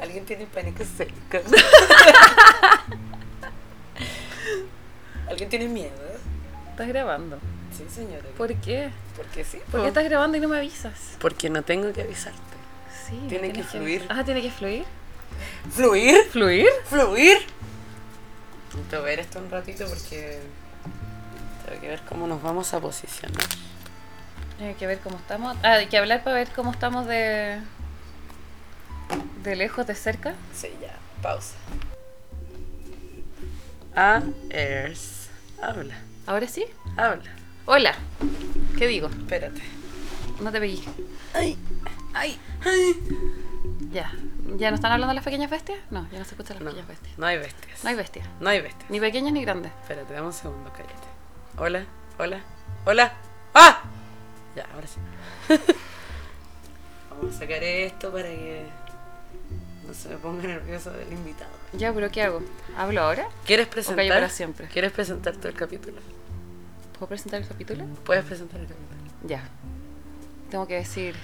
alguien tiene pánicos escénicos. ¿Alguien tiene miedo? ¿eh? Estás grabando. Sí, señora. Pues, ¿Por qué? Porque sí. ¿Por Oh. qué estás grabando y no me avisas? Porque no tengo que avisarte. Sí. me Tiene que tienes fluir. Ah, tiene que fluir. ¿Fluir? ¿Fluir? ¿Fluir? Quiero ver esto un ratito porque tengo que ver cómo nos vamos a posicionar. Hay que ver cómo estamos. Ah, hay que hablar para ver cómo estamos de. de lejos, de cerca. Sí, ya. Pausa. A ers. Habla, Ahora sí. habla. Hola. ¿Qué digo? Espérate. No te pegué. Ay, Ay. Ya. ¿Ya no están hablando de las pequeñas bestias? No, ya no se escuchan las no, pequeñas bestias. no hay bestias. No hay bestias. No hay bestias. Ni pequeñas ni grandes. Espérate, dame un segundo, cállate. Hola, hola, hola. ¡Ah! Ya, ahora sí. Vamos a sacar esto para que no se me ponga nervioso del invitado. Ya, pero ¿qué hago? ¿Hablo ahora? ¿Quieres callo presentar? para siempre. ¿Quieres presentar todo el capítulo? ¿Puedo presentar el capítulo? Puedes presentar el capítulo. Ya. Tengo que decir.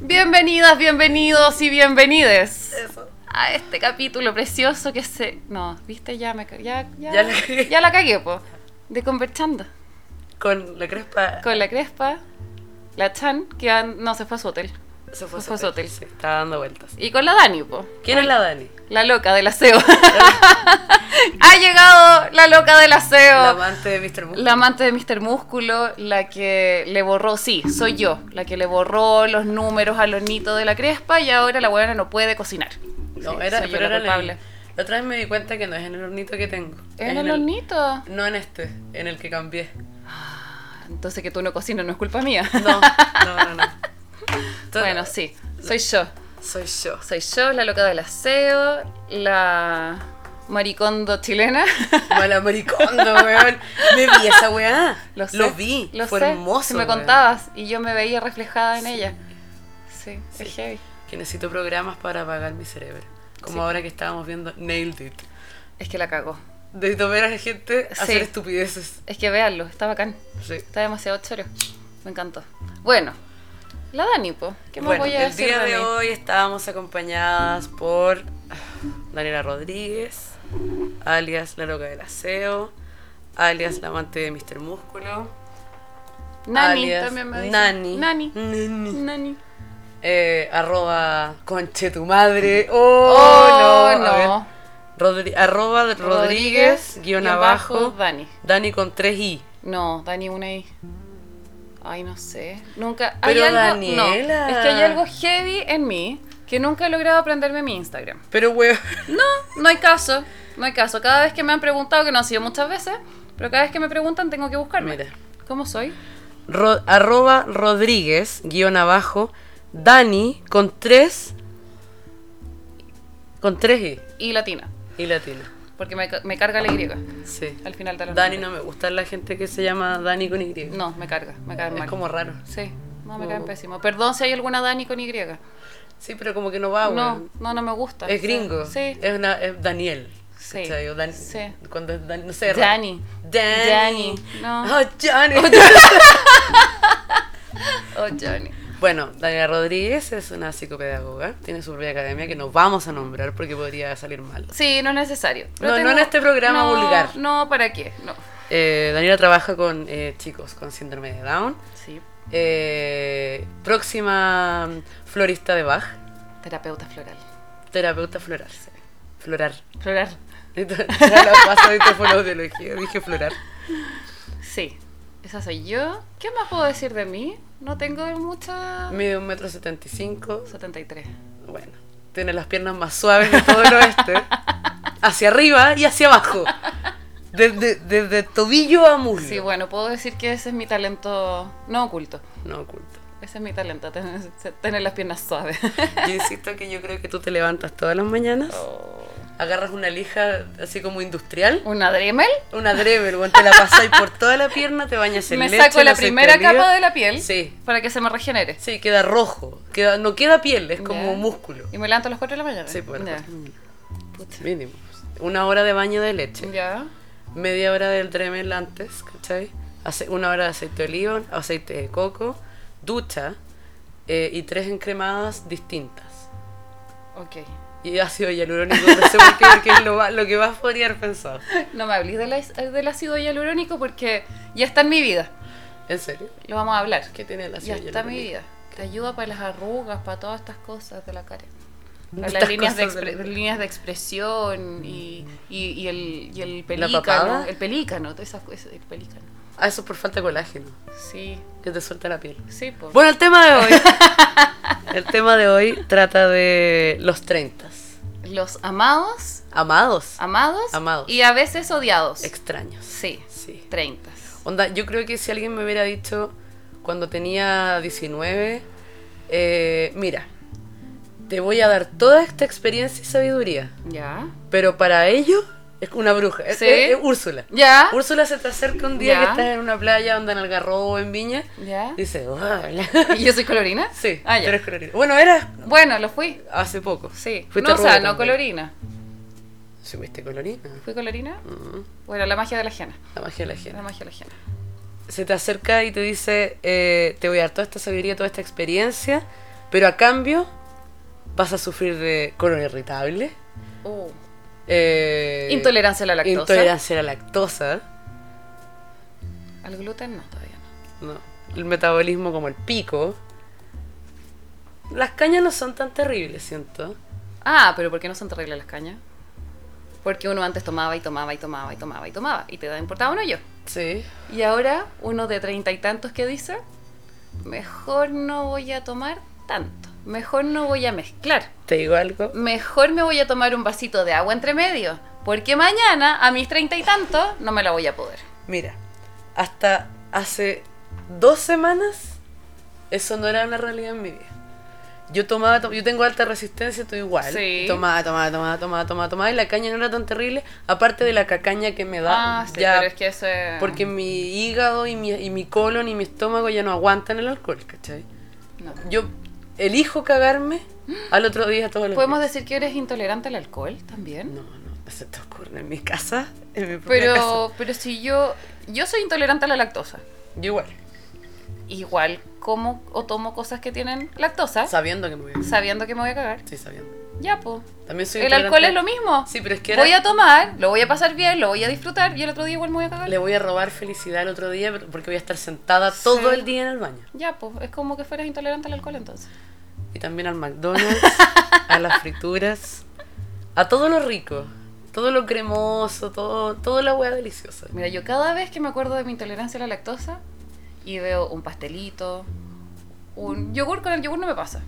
Bienvenidas, bienvenidos y bienvenides Eso. a este capítulo precioso que se. No, viste, ya me ca- ya, ya, Ya la cagué. ya la cagué, po. De conversando. Con la crespa. Con la Crespa, la Chan, que an- no se fue a su hotel. Se fue Sotel. Se está dando vueltas. Y con la Dani, po. ¿Quién es la Dani? La loca del aseo. ha llegado la E loca del aseo. La amante de Mr. Boom. La amante de Mr. Músculo, la que le borró, sí, soy yo, la que le borró los números al hornito de la crespa y ahora la buena no puede cocinar. No, Sí, era, soy yo pero era en la el- culpable. La otra vez me di cuenta que no es en el hornito que tengo. ¿En Es el hornito? No en este, en el que cambié. Entonces que tú no cocinas no es culpa mía. No, no, no, no. Entonces, bueno, sí, soy yo. Soy yo. Soy yo, la loca del aseo, la maricondo chilena. Mala maricondo, weón. Me vi esa weá. Lo, sé, vi. lo Fue sé, hermoso. si me weón. contabas y yo me veía reflejada en ella. Sí, Sí. es heavy. Que necesito programas para apagar mi cerebro. Como Sí. ahora que estábamos viendo Nailed It. Es que la cagó. Necesito ver a la gente Sí. hacer estupideces. Es que véanlo, está bacán. Sí. Está demasiado choro. Me encantó. Bueno, la Dani, po. ¿Qué más Bueno, voy a el decir día de de mí? hoy estábamos acompañadas por ah, Daniela Rodríguez, alias la loca del aseo, alias la amante de Mr. Músculo, Nani alias también me dice. Nani, Nani. Nani. Nani. Eh, arroba conche tu madre, oh, Oh, no, a ver. no. Rodri- arroba Rodríguez, guión abajo, Dani. Dani con 3 i. No, Dani, una ahí. Ay, no sé. Nunca. Pero, hay algo, no, Daniela. Es que hay algo heavy en mí que nunca he logrado aprenderme mi Instagram. Pero weón, No hay caso. No hay caso. Cada vez que me han preguntado, que no ha sido muchas veces, pero cada vez que me preguntan tengo que buscarme. Mira. ¿Cómo soy? Ro- arroba Rodríguez, guión abajo, Dani con tres. Con tres I. Y latina. Y latina. Porque me, ca- me carga la Y. Sí. Al final de los Dani no nombres. me gusta la gente que se llama Dani con Y. no. me carga, me cae es mal. como Oh. raro. Sí, no, me caen No. pésimo. Perdón si hay alguna Dani con Y. Sí, pero como que no va, no, weón. no, no me gusta. Ah, Es Sí, gringo. Sí. Es, una, es Daniel. Sí. ¿Cachai? O Dan- Sí. Cuando es Dani, no sé. raro. Dani. Dani. Dani. No. Oh, Johnny. Oh, Johnny. Bueno, Daniela Rodríguez es una psicopedagoga. Tiene su propia academia que no vamos a nombrar porque podría salir mal. Sí, no es necesario. No, no en este programa no, vulgar. No, ¿para qué? No. Eh, Daniela trabaja con eh, chicos con síndrome de Down. Sí. Eh, próxima florista de Bach. Terapeuta floral. Terapeuta floral. Floral. Floral. Ya la paso, ahorita fue la audiología, Dije floral. Sí. Esa soy yo. ¿Qué más puedo decir de mí? No tengo mucha. Mide un metro setenta y cinco. 73. Bueno, tiene las piernas más suaves de todo el oeste. Hacia arriba y hacia abajo. Desde, desde tobillo a muslo. Sí, bueno, puedo decir que ese es mi talento no oculto. No oculto. Ese es mi talento, tener, tener las piernas suaves. Yo insisto que yo creo que tú te levantas todas las mañanas, Oh. agarras una lija así como industrial, ¿Una Dremel? una Dremel, weón, te la pasas por toda la pierna, te bañas en me leche, saco la aceite de primera oliva. capa de la piel Sí, para que se me regenere. sí, queda rojo, queda, no queda piel, es como Ya. músculo. Y me levanto a las 4 de la mañana. Sí, pues, por Ya. Mínimo. Una hora de baño de leche, Ya. media hora del Dremel antes, ¿cachai? Ace- una hora de aceite de oliva, aceite de coco, ducha eh, y tres encremadas distintas. Ok. Y ácido hialurónico, no sé por qué, porque es lo, más- lo que más podría haber pensado. No me hables del, ais- del ácido hialurónico porque ya está en mi vida. ¿En serio? Lo vamos a hablar. ¿Qué tiene el Ya ácido está mi hialurónico? vida. Te ayuda para las arrugas, para todas estas cosas de la cara. Para Estas las líneas de, cosas de la expre- cara. líneas de expresión y, y, y el, y el ¿La pelícano. papada? El pelícano, todas esas cosas. El pelícano. Ah, eso es por falta de colágeno, Sí, que te suelta la piel. sí, pues. Bueno, el tema de hoy. el tema de hoy trata de los 30. Los amados, Amados. amados, Amados. y a veces odiados. Extraños. sí, Sí. 30. Onda, yo creo que si alguien me hubiera dicho cuando tenía 19, eh, mira, te voy a dar toda esta experiencia y sabiduría, Ya. pero para ello es una bruja, es, Sí. es- es Úrsula. Ya. Úrsula se te acerca un día Ya. que estás en una playa, onda en Algarrobo, en Viña, Ya. dice, hola. ¿Y yo soy colorina? Sí, Ah, tú ya. eres colorina. Bueno, era Bueno, lo fui. hace poco. Sí. Fuiste no, o sea, rubia no también. colorina. Sí, fuiste colorina. ¿Fui colorina? Mm, Bueno, la magia de la jena. La magia de la gente. La magia de la jena. se te acerca y te dice, eh, te voy a dar toda esta sabiduría, toda esta experiencia, pero a cambio vas a sufrir de colon irritable, Uh. eh, Intolerancia a la lactosa. intolerancia a la lactosa, Al gluten no, todavía no. no, el metabolismo como el pico. Las cañas no son tan terribles, siento. Ah, pero ¿por qué no son terribles las cañas? Porque uno antes tomaba y tomaba y tomaba y tomaba y tomaba. Y te da importaba uno yo. Sí. Y ahora, uno de treinta y tantos que dice, mejor no voy a tomar tanto. Mejor no voy a mezclar. ¿Te digo algo? Mejor me voy a tomar un vasito de agua entre medio. Porque mañana, a mis treinta y tantos, no me la voy a poder. Mira, hasta hace dos semanas eso no era una realidad en mi vida. Yo tomaba, to- yo tengo alta resistencia, tú igual. Sí. Tomaba, tomaba, tomaba, tomaba, tomaba, tomaba y la caña no era tan terrible, aparte de la cacaña que me da. Ah, sí, ya, pero es que eso es... Porque mi hígado y mi, y mi colon y mi estómago ya no aguantan el alcohol, ¿cachai? No. Yo elijo cagarme al otro día todos los ¿Podemos días. decir que eres intolerante al alcohol también? No, no, no se te ocurre en mi casa, en mi propia casa. Pero, pero si yo... Yo soy intolerante a la lactosa. Yo igual, Igual como o tomo cosas que tienen lactosa, sabiendo que me voy a... sabiendo que me voy a cagar. Sí, sabiendo. Ya, po. También soy El alcohol intolerante- es lo mismo. Sí, pero es que Voy ahora a tomar, lo voy a pasar bien, lo voy a disfrutar y el otro día igual me voy a cagar. le voy a robar felicidad el otro día pero- porque voy a estar sentada todo Sí. el día en el baño. Ya, pues, es como que fueras intolerante al alcohol entonces. Y también al McDonald's, a las frituras, a todo lo rico, todo lo cremoso, todo, toda la hueá deliciosa. Mira, yo cada vez que me acuerdo de mi intolerancia a la lactosa y veo un pastelito, un yogur, con el yogur no me pasa,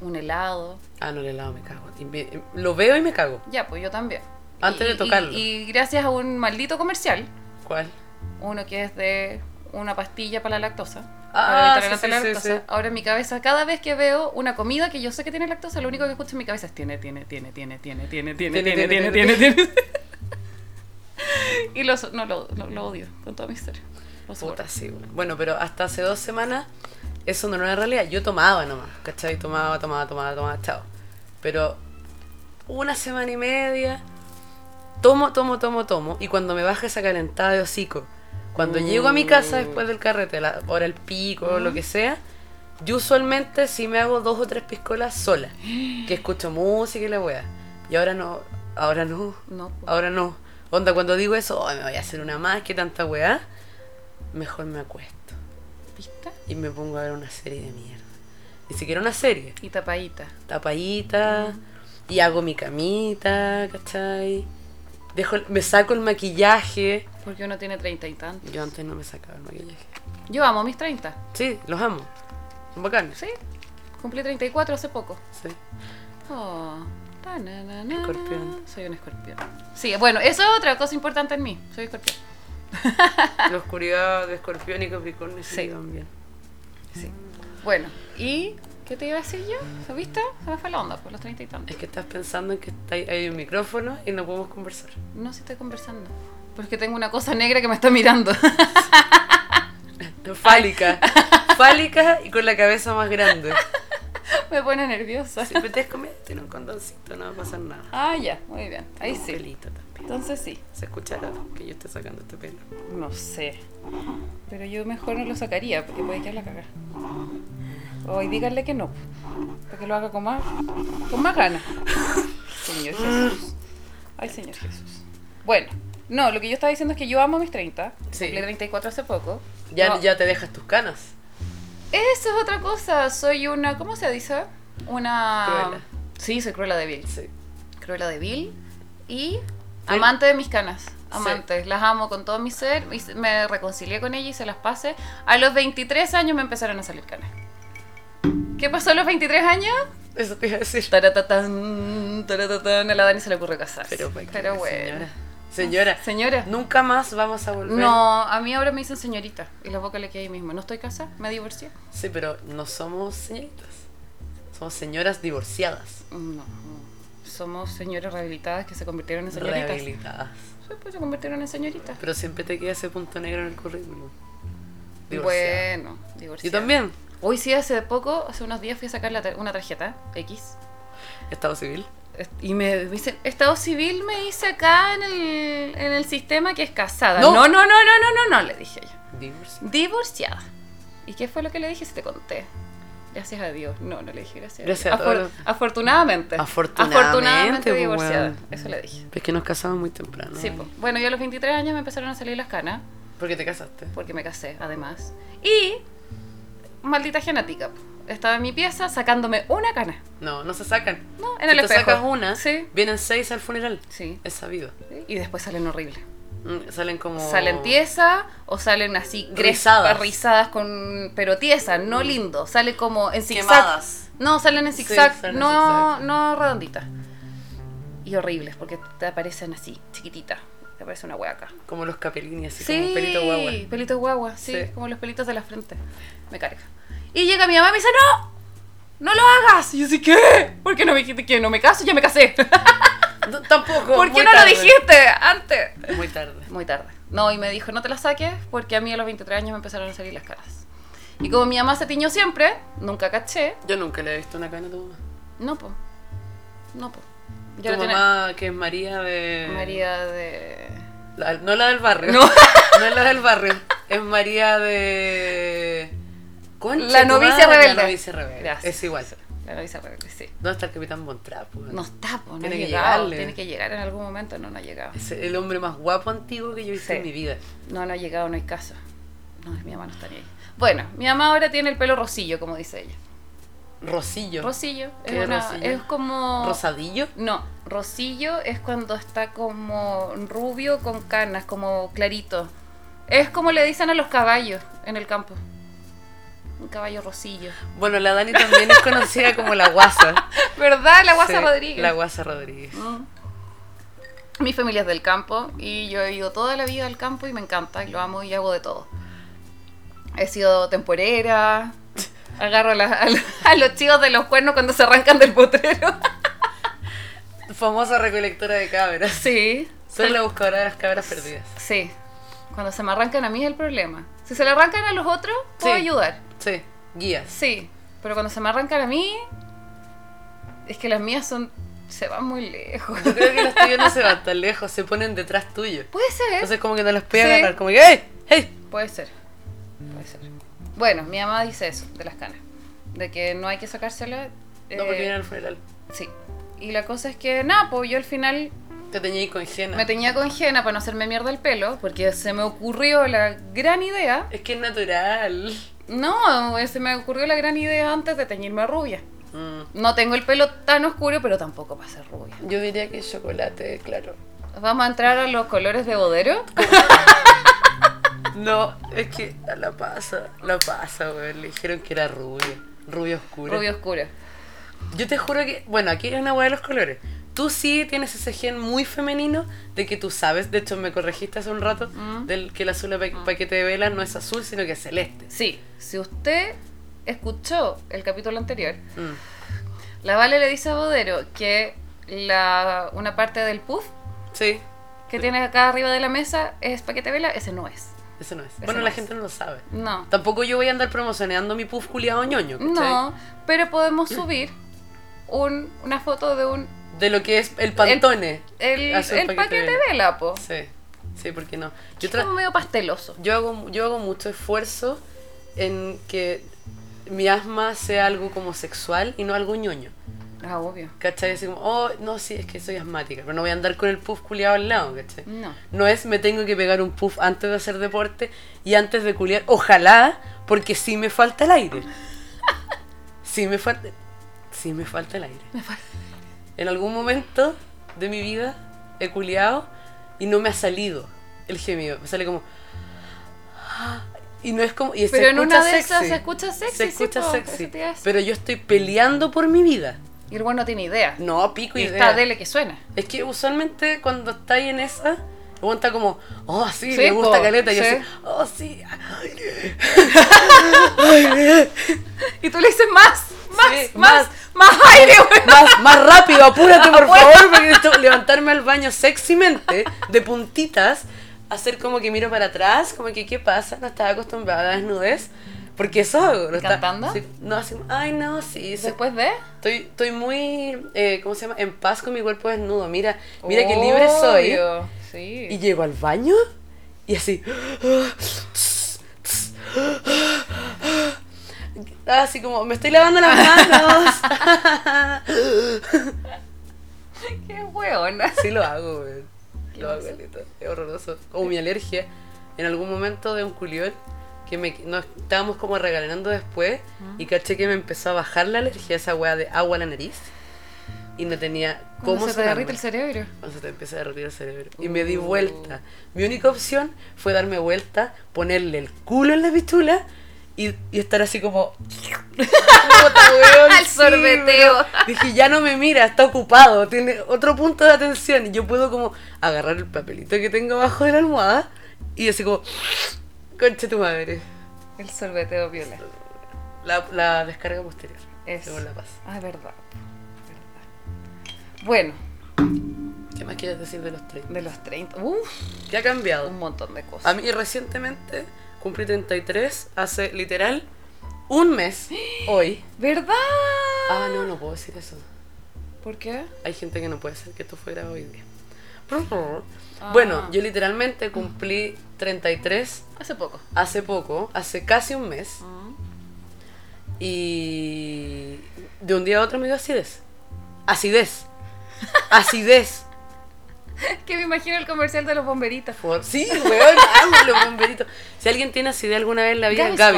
un helado, Ah, no, el helado me cago. Y me- Lo veo y me cago. ya, pues yo también. Antes Y- de y- tocarlo. Y, gracias a un maldito comercial, ¿Cuál? uno que es de una pastilla para la lactosa. Ah, para la sí, intolerancia a la sí, sí, lactosa. sí. Ahora en mi cabeza, cada vez que veo una comida que yo sé que tiene lactosa, lo único que escucho en mi cabeza es tiene, tiene, tiene, tiene, tiene, tiene, tiene, tiene, tiene, tiene, tiene. Y lo, so- no, lo, lo- lo odio con toda mi historia. Lo soporto. Puta, sí, bueno. Bueno, pero hasta hace dos semanas eso no era una realidad. Yo tomaba nomás, ¿cachai? Tomaba, tomaba, tomaba, tomaba, chao. Pero una semana y media, tomo, tomo, tomo, tomo. Y cuando me baja esa calentada de hocico, cuando llego a mi casa después del carrete, la hora el pico, o lo que sea, yo usualmente sí me hago dos o tres piscolas sola. Que escucho música y la wea. Y ahora no, ahora no. No, pues, po. Ahora no. Onda, cuando digo eso, "Ay, me voy a hacer una más, que tanta weá. Mejor me acuesto ¿Viste? y me pongo a ver una serie de mierda. Ni siquiera una serie. Y tapadita. Tapadita y hago mi camita, ¿cachai? Dejo, el- me saco el maquillaje. Porque uno tiene treinta y tantos. Yo antes no me sacaba el maquillaje. Yo amo mis treinta. Sí, los amo. Son bacanes. Sí. Cumplí 34 hace poco. Sí. Oh. Ta, na, na, na, Escorpión. na. Soy un escorpión. Sí, bueno, eso es otra cosa importante en mí. Soy escorpión. La oscuridad de escorpión y capricornio Sí. sí. van bien. Sí. Bueno, ¿y qué te iba a decir yo? ¿Lo ¿Viste? Se me fue la onda por los treinta y Es tantos. que estás pensando en que está- hay un micrófono y no podemos conversar. No sé si estoy conversando. Porque tengo una cosa negra que me está mirando. Fálica. Fálica y con la cabeza más grande. me pone nerviosa. Siempre te has comido tiene un condoncito, no va a pasar nada. Ah, ya, muy bien. Ahí Un sí. pelito también. Entonces sí. ¿Se escuchará que yo esté sacando este pelo? No sé. Pero yo mejor no lo sacaría porque puede quedar la caga. Hoy díganle que no. Para que lo haga con más, con más ganas. Señor Jesús. Ay, Señor Jesús. Bueno, no, lo que yo estaba diciendo es que yo amo mis 30. Sí. Cumplí 34 hace poco. Ya, No, ya te dejas tus canas. Esa es otra cosa. Soy una. ¿Cómo se dice? Una. Cruella. Sí, soy Cruella de Vil. Sí. Cruella de Vil. Y. Amante de mis canas. Amante. Las amo con todo mi ser. y se- Me reconcilié con ella y se las pasé. A los 23 años me empezaron a salir canas. ¿Qué pasó a los 23 años? Eso te iba a decir. Taratatán, taratatán, a la Dani se le ocurre casarse. Pero, ¿para qué, bueno. Señora. Señora, Señora. nunca más vamos a volver. No, a mí ahora me dicen señorita. Y la boca le queda ahí mismo. No estoy casada, me divorcié. Sí, pero no somos señoritas. Somos señoras divorciadas. No. Somos señoras rehabilitadas que se convirtieron en señoritas. Rehabilitadas. Sí, pues se convirtieron en señoritas. Pero siempre te queda ese punto negro en el currículum. Divorciada. Bueno, divorcié. Yo también. Hoy sí, hace poco, hace unos días fui a sacar la tar- una tarjeta X. Estado civil. Est- Y me, me dicen, Estado civil me dice acá en el, en el sistema que es casada. No. no, no, no, no, no, no, no, le dije yo. Divorcio. divorciada. ¿Y qué fue lo que le dije si te conté? Gracias a Dios. No, no le dije gracias. a Gracias a Dios. Afor- todos los- Afortunadamente. Afortunadamente, Afortunadamente pues, divorciada. weón. Eso le dije. Es que nos casamos muy temprano. Sí, po. bueno, yo a los 23 años me empezaron a salir las canas, Porque te casaste. porque me casé, además. Y maldita genética. po. Estaba en mi pieza sacándome una cana. No, no se sacan. No, si en el te espejo. sacas una, Sí. vienen seis al funeral. Sí. Es sabido. Y después salen horribles. Mm, Salen como. Salen tiesas o salen así Rizadas. Mm. grisadas, rizadas con pero tiesas, no lindo, sale como en zigzag. Quemadas. No, salen en Sí, zigzag, salen en no zigzag. no redonditas. Y horribles porque te aparecen así, chiquititas. Te aparece una hueca. Como los capelini, así como un pelito guagua. pelitos guagua, sí, Sí. como los pelitos de la frente. Me carga. Y llega mi mamá y me dice, "No, no lo hagas." Y yo sí, ¿qué? ¿Por qué no me dijiste que no me caso? Ya me casé. No, tampoco. ¿Por qué muy no tarde. lo dijiste antes? Muy tarde. Muy tarde. No, y me dijo, no te la saques, porque a mí a los 23 años me empezaron a salir las caras. Y como mi mamá se tiñó siempre, nunca caché. Yo nunca le he visto una cana a tu mamá. No, po. No, po. Tu Yo la tenía- mamá, eh, que es María de. María de... La- no la del barrio. No. No es la del barrio. Es María de. Concha La tu novicia madre, rebelde. La novicia rebelde. Gracias. Es igual. La novicia rebelde, sí. ¿Dónde está el capitán pues? Bontrap? weón? No está, po, no Tiene ha que llegado. llegarle. Tiene que llegar en algún momento, no, no ha llegado. Es el hombre más guapo antiguo que yo he visto Sí. en mi vida. No, no ha llegado, no hay caso. No, mi mamá no está ni ahí. Bueno, mi mamá ahora tiene el pelo rosillo, como dice ella. Rosillo. Rosillo. Es, ¿Qué es una- rosillo? es como... Rosadillo. No, rosillo es cuando está como rubio con canas, como clarito. Es como le dicen a los caballos en el campo. Un caballo rosillo. Bueno, la Dani también es conocida como la Guasa. ¿Verdad? La Guasa Sí, Rodríguez. La Guasa Rodríguez. Mm. Mi familia es del campo y yo he ido toda la vida al campo y me encanta y lo amo y hago de todo. He sido temporera, agarro a, la- a la- a los chicos de los cuernos cuando se arrancan del potrero. Famosa recolectora de cabras. Sí, Soy la buscadora de las cabras perdidas. Sí. Cuando se me arrancan a mí es el problema. Si se le arrancan a los otros, puedo Sí. ayudar. Sí, guías. Sí. Pero cuando se me arrancan a mí, es que las mías son. se van muy lejos. Yo creo que las tuyas no se van tan lejos, se ponen detrás tuyo. Puede ser. Entonces como que no las puede Sí. agarrar, como que ¡hey! ¡hey! Puede ser. Puede ser. Bueno, mi mamá dice eso, de las canas. De que no hay que sacárselas. No, porque eh, viene al funeral. Sí. Y la cosa es que, nada, pues yo al final Te teñí con higiene. me teñía con henna para no hacerme mierda el pelo, porque se me ocurrió la gran idea. Es que es natural. No, eh, se me ocurrió la gran idea antes de teñirme rubia. Mm. No tengo el pelo tan oscuro, pero tampoco para ser rubia. Yo diría que es chocolate, claro. Vamos a entrar a los colores de bodero. No, es que a la pasa, la pasa, weón. Le dijeron que era rubia, rubia oscura. Rubio oscuro. Yo te juro que, bueno, aquí es una hueá de los colores. Tú sí tienes ese gen muy femenino de que tú sabes, de hecho me corregiste hace un rato, Mm. del que el azul de pa- paquete de vela no es azul, sino que es celeste. Sí, si usted escuchó el capítulo anterior, Mm. la Vale le dice a Bodero que la, una parte del puff Sí, que tiene acá arriba de la mesa es paquete vela, ese no es. eso no es. Ese bueno, no la es. gente no lo sabe. No. Tampoco yo voy a andar promocionando mi puff culiado ñoño, ¿cachai? No, pero podemos subir un- una foto de un De lo que es el pantone. el, Azul el paquete paquete vela. vela, po. Sí, sí, ¿por qué no? Yo Es tra- como medio pasteloso. yo hago, yo hago mucho esfuerzo en que mi asma sea algo como sexual y no algo ñoño. Ah, obvio. ¿Cachai? Así como, oh, no, sí, es que soy asmática, pero no voy a andar con el puff culiado al lado, ¿cachai? No. No es me tengo que pegar un puff antes de hacer deporte y antes de culiar. Ojalá, porque sí me falta el aire. Sí me falta. Sí me falta el aire. En algún momento de mi vida he culiado y no me ha salido el gemido. Me sale como. Y no es como. Y se Pero en escucha una de sexy. esas se escucha sexy. Se escucha sí, po, sexy. eso te iba a decir. Pero yo estoy peleando por mi vida. Y el bueno no tiene idea. No, pico y idea. está dele que suena. Es que usualmente cuando estáis en esa, el weón está como, oh, sí, Sí, me gusta po, caleta. Y yo sí. así, oh, sí. Y tú le dices más, más, Sí, más, más, aire, weón. Más, más rápido, apúrate, por favor, porque necesito levantarme al baño sexymente, de puntitas, hacer como que miro para atrás, como que, ¿qué pasa? No estaba acostumbrada a la desnudez. Porque eso hago, ¿no? está- ¿Cantando? sí, no, así, como, ay, no, sí, sí. Después de. Estoy, estoy muy, eh, ¿cómo se llama? En paz con mi cuerpo desnudo. Mira, mira Oh, qué libre soy. Obvio, Sí. Y llego al baño y así. Así como, me estoy lavando las manos. Qué hueona. Sí lo hago, weón. Lo hago, caleta. Es horroroso. O mi alergia. En algún momento de un culión que me, nos estábamos como regalenando después y caché que me empezó a bajar la alergia, esa weá de agua a la nariz. Y no tenía Cuando cómo se te sacarme. derrite el cerebro? O sea, te empieza a derretir el cerebro. Y me di Uh. vuelta. Mi única opción fue darme vuelta, ponerle el culo en la pistola y, y estar así como. Puta, weón, Al sorbeteo. bro. Dije, ya no me mira, está ocupado, tiene otro punto de atención. Y yo puedo como agarrar el papelito que tengo abajo de la almohada y así como. Concha tu madre. El sorbeteo viola. La, la descarga posterior. Eso. Según la paz. Ah, es verdad. Bueno, ¿Qué más quieres decir de los 30? de los 30. Uf, ¿Qué ha cambiado? un montón de cosas. A mí recientemente cumplí 33, hace literal un mes, hoy. ¿Verdad? Ah, no, no puedo decir eso. ¿Por qué? Hay gente que no puede ser que esto fuera hoy día. Ah. Bueno, yo literalmente cumplí 33 Hace poco. hace poco, hace casi un mes, Mm. y de un día a otro me dio acidez. Acidez. Acidez. Que me imagino el comercial de los bomberitas. Por- Sí, weón, amo los bomberitos. Si alguien tiene acidez alguna vez en la vida, Gaviscon.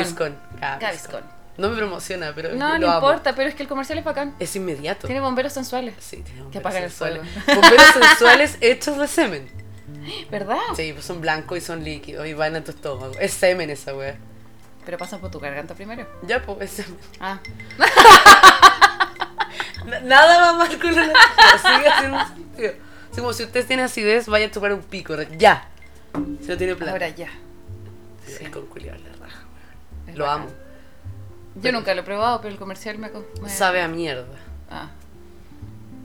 Gaviscon. Gaviscon. Gaviscon. No me promociona, pero No, lo no amo. importa, pero es que el comercial es bacán. Es inmediato. Tiene bomberos sensuales. Sí, tiene bomberos Que apagan el sensuales. fuego. Bomberos sensuales hechos de semen. ¿Verdad? Sí, pues son blancos y son líquidos y van a tu estómago. Es semen esa weá. Pero pasan por tu garganta primero. Ya, pues, es semen. Ah. Na- Nada va mal con la energía, sigue haciendo sentido. Así como si usted tiene acidez, vaya a chupar un pico. re- Ya. Si no tiene plata. Ahora ya. Sí, sí. con culiao en la raja, weón. Es Lo bacán. amo. Yo nunca lo he probado, pero el comercial me... acom- me- Sabe a mierda. Ah.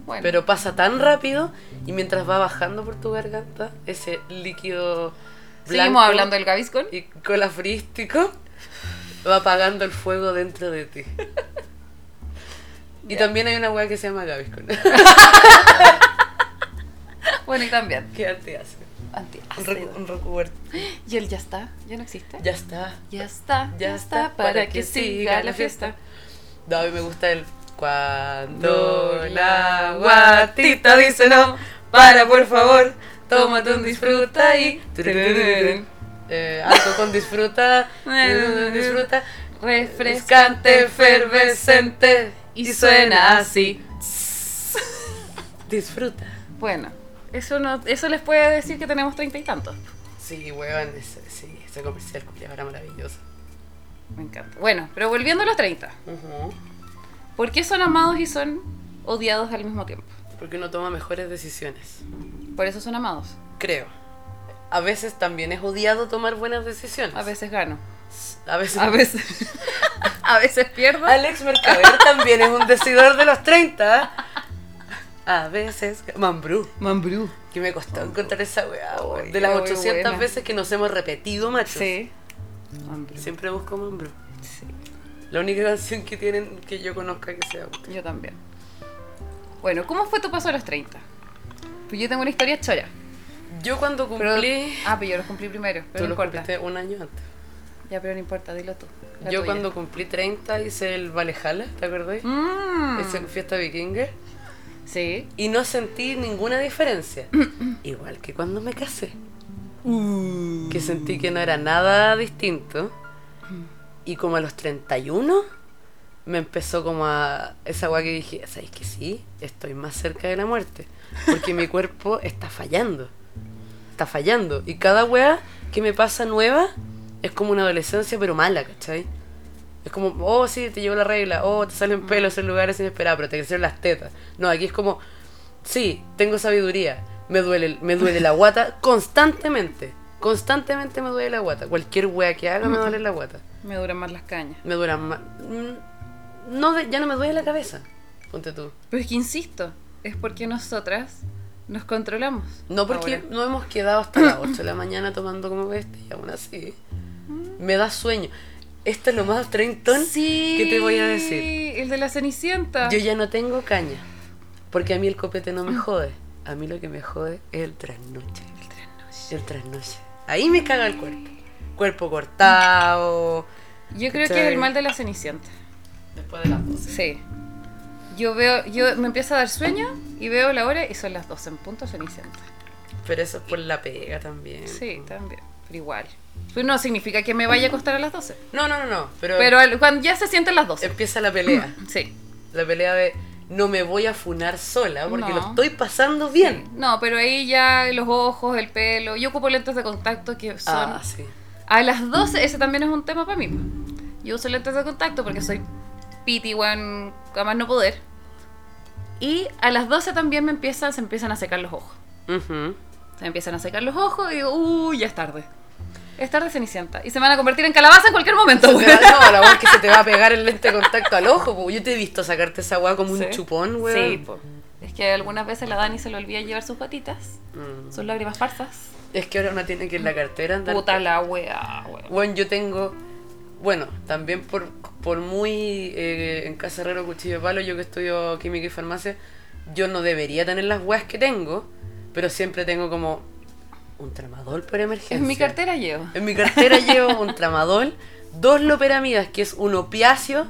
Bueno. Pero pasa tan rápido y mientras va bajando por tu garganta ese líquido blanco Seguimos hablando del Gaviscon. y colafrístico va apagando el fuego dentro de ti. Y también hay una weá que se llama Gaviscon. Bueno, y también. ¿Qué arte hace? Un, Antiácido. recu- un recuberto. Y él ya está. ¿Ya no existe? Ah, Ya está. Ya está, Ya, está, para que siga la fiesta. No, a mí me gusta el cuando la guatita dice no, para por favor, tómate un disfruta y eh, algo con disfruta, eh, disfruta, Refrescante, frescante, efervescente. efervescente Y suena así. Disfruta. Bueno, eso, no, eso les puede decir que tenemos treinta y tantos. Sí, weón, ese, sí, ese comercial culiao era maravilloso. Me encanta. Bueno, pero volviendo a los 30. Ujú. ¿Por qué son amados y son odiados al mismo tiempo? Porque uno toma mejores decisiones. Por eso son amados. Creo. A veces también es odiado tomar buenas decisiones. A veces gano. A veces. A veces, a veces pierdo. Alex Mercader también es un decidor de los 30. A veces. Mambrú. Mambrú. Que me costó encontrar esa weá, weón. De Ay, las muy 800 buena. veces que nos hemos repetido, machos. Sí. Mambrú. Siempre busco Mambrú. Sí. La única canción que tienen que yo conozca que sea. Yo también. Bueno, ¿cómo fue tu paso a los 30? Pues yo tengo una historia chora. Yo cuando Pero- cumplí. Ah, pero yo los cumplí primero. Pero Tú no lo importa. cumpliste un año antes. Ya, pero no importa, dilo tú. la Yo tuya. cuando cumplí 30 hice el Valhalla, ¿te acordáis? Mm. Hice en fiesta vikinga. Sí. Y no sentí ninguna diferencia. Igual que cuando me casé. Que sentí que no era nada distinto. Y como a los 31 me empezó como a esa agua que dije, ¿sabéis que sí? Estoy más cerca de la muerte. Porque mi cuerpo está fallando. Está fallando. Y cada weá que me pasa nueva es como una adolescencia pero mala, ¿cachai? Es como, oh, sí, te llevo la regla, oh, te salen pelos en lugares inesperados, pero te crecieron las tetas. No, aquí es como, sí, tengo sabiduría, me duele, me duele la guata constantemente. Constantemente me duele la guata. Cualquier wea que haga me duele la guata. Me duran más las cañas. Me dura más. No, de- ya no me duele la cabeza. Ponte tú. Pero es que insisto, es porque nosotras nos controlamos. No, porque ahora. no hemos quedado hasta las 8 de la mañana tomando como este y aún así me da sueño. Esto es lo más treintón Sí. que te voy a decir. El de la Cenicienta. Yo ya no tengo caña. Porque a mí el copete no me jode. A mí lo que me jode es el trasnoche. El trasnoche. El trasnoche. Ahí me caga el cuerpo. Cuerpo cortado. Yo creo que es el mal de la Cenicienta. Después de las 12. Sí. Yo veo, yo me empieza a dar sueño y veo la hora y son las 12 en punto Cenicienta. Pero eso es por la pega también. Sí, también. Pero igual. Pero no significa que me vaya a acostar a las 12. No, no, no, no. Pero, Pero al- cuando ya se sienten las 12. empieza la pelea. Sí. La pelea de no me voy a funar sola porque No. lo estoy pasando bien. No, pero ahí ya los ojos, el pelo. Yo ocupo lentes de contacto que son. Ah, sí. A las 12, ese también es un tema para mí. po. Yo uso lentes de contacto porque soy pity one, a más no poder. Y a las 12 también me empiezan, se empiezan a secar los ojos. Ujú. Se me empiezan a secar los ojos y digo, uy, ya es tarde. Es tarde Cenicienta. Y se me van a convertir en calabaza en cualquier momento, Se te weón. va- no, la weá es que se te va a pegar el lente de contacto al ojo. po. Yo te he visto sacarte esa weá como Sí. un chupón, weón. Sí, po. Es que algunas veces la Dani se le olvida llevar sus gotitas, Mm. sus lágrimas farsas. Es que ahora uno tiene que en la cartera andar. Puta la wea, weón. Bueno, yo tengo. Bueno, también por, por muy. eh, en Casa Herrero, Cuchillo de Palo, yo que estudio química y farmacia, yo no debería tener las weas que tengo, pero siempre tengo como. Un tramador para emergencia. En mi cartera llevo. En mi cartera llevo un tramadol, dos loperamidas, que es un opiáceo,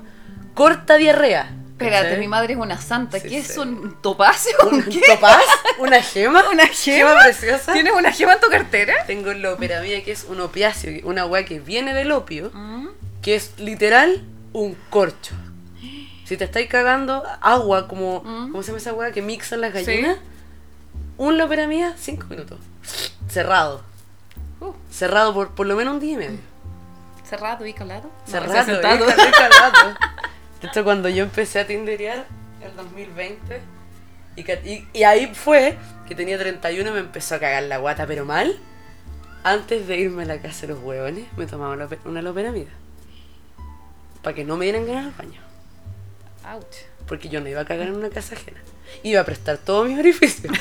corta diarrea. Espérate, ¿cachai? mi madre es una santa. Sí, ¿Qué es sí. un topacio? ¿Un topaz? ¿Una gema? ¿Una gema? preciosa? ¿Tienes una gema en tu cartera? Tengo loperamida, que es un opiáceo, que- una weá que viene del opio, Mm. que es literal un corcho. Si te estáis cagando agua, como. Mm. ¿Cómo se llama esa weá que mixan las Sí. gallinas? Un loperamida, cinco minutos. Cerrado. Uh. Cerrado por por lo menos un día y medio. Cerrado y calado. No, Cerrado, ese sentado. hija, rica, rato. De hecho, cuando yo empecé a tinderear, el 2020, y, que- y- y ahí fue que tenía 31 y me empezó a cagar la guata, pero mal. Antes de irme a la casa de los huevones, me tomaba una, lope- una loperamida. Para que no me dieran ganas al baño. Ouch. Porque yo no iba a cagar en una casa ajena. Iba a prestar todos mis orificios.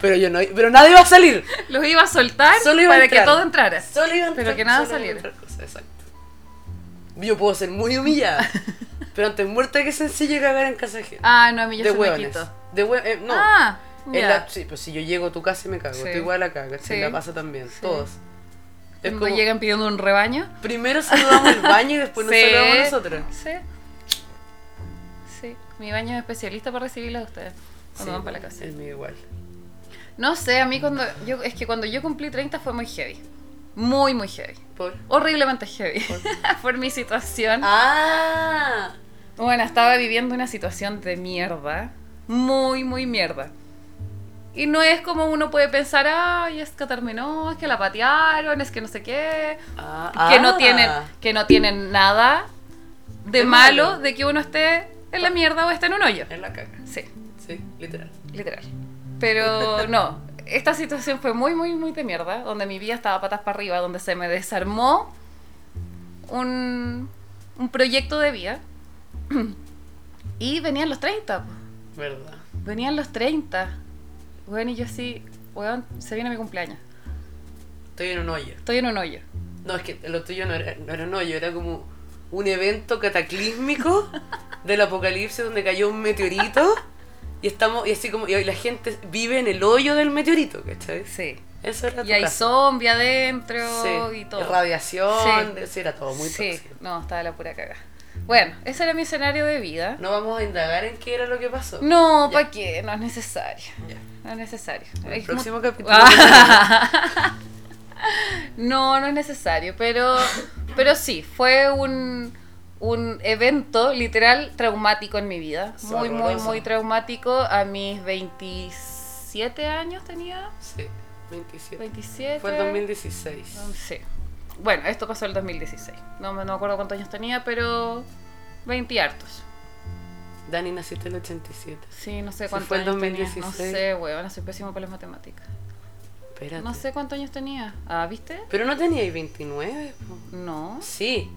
pero yo no i- pero nadie iba a salir. Los iba a soltar Solo iba a para que entrar. todo entrara. Solo iba a Pero entrar- que solo nada iba a saliera. entrar cosas, exacto. Yo puedo ser muy humillada. pero antes muerta que sencillo cagar en casa ajena. Ah, no, a mí ya de se me hueones. quitó. De hue- eh, no. Ah, En ya. la- sí, pues si yo llego a tu casa y me cago. Sí. Tú igual la cagas. Sí. La pasa también. Todos. Es Cuando como, llegan pidiendo un rebaño. Primero saludamos el baño y después nos Sí. saludamos nosotros. Sí. Sí. Mi baño es especialista para recibirla a ustedes. Cuando van para la casa. Es mío igual. No sé, a mí cuando. Yo, es que cuando yo cumplí 30 fue muy heavy. Muy, muy heavy. Por. Horriblemente heavy. Por mi situación. ¡Ah! Bueno, estaba viviendo una situación de mierda. Muy, muy mierda. Y no es como uno puede pensar, ay, es que terminó, es que la patearon, es que no sé qué. Ah, Que, ah. no tienen, que no tienen nada de De malo. malo de que uno esté en la mierda o esté en un hoyo. En la caca. Sí, Sí, literal. literal. Pero no, esta situación fue muy, muy, muy de mierda, donde mi vida estaba patas para arriba, donde se me desarmó un, un proyecto de vida. Y venían los 30, po. Verdad. Venían los 30. Weón, y yo así, weón, se viene mi cumpleaños. Estoy en un hoyo. Estoy en un hoyo. No, es que lo tuyo no era, no era un hoyo, era como un evento cataclísmico del apocalipsis donde cayó un meteorito y estamos, y así como, y la gente vive en el hoyo del meteorito, ¿cachai? Sí. Eso era tu Y hay casa. zombie adentro Sí, y todo. Radiación, Sí. sí. era todo muy sí, tóxico. no, estaba la pura caga. Bueno, ese era mi escenario de vida. No vamos a indagar en qué era lo que pasó. No, ¿para qué? No es necesario. Ya. No es necesario. En Hay el próximo mu- capítulo. Ah. No, no es necesario, pero, pero sí, fue un, un evento literal traumático en mi vida. Muy, muy, Horroroso. muy traumático. A mis 27 años tenía. Sí, 27. 27. Fue en 2016. Sí. Bueno, esto pasó en el 2016. No, me- no me acuerdo cuántos años tenía, pero 20 y hartos. Dani naciste en el 87. Sí, no sé Sí, cuántos fue el años tenía. No 2016. sé, weón, soy pésimo para las matemáticas. Espérate. No sé cuántos años tenía. Ah, ¿viste? Pero no teníais 29. po. No, Sí.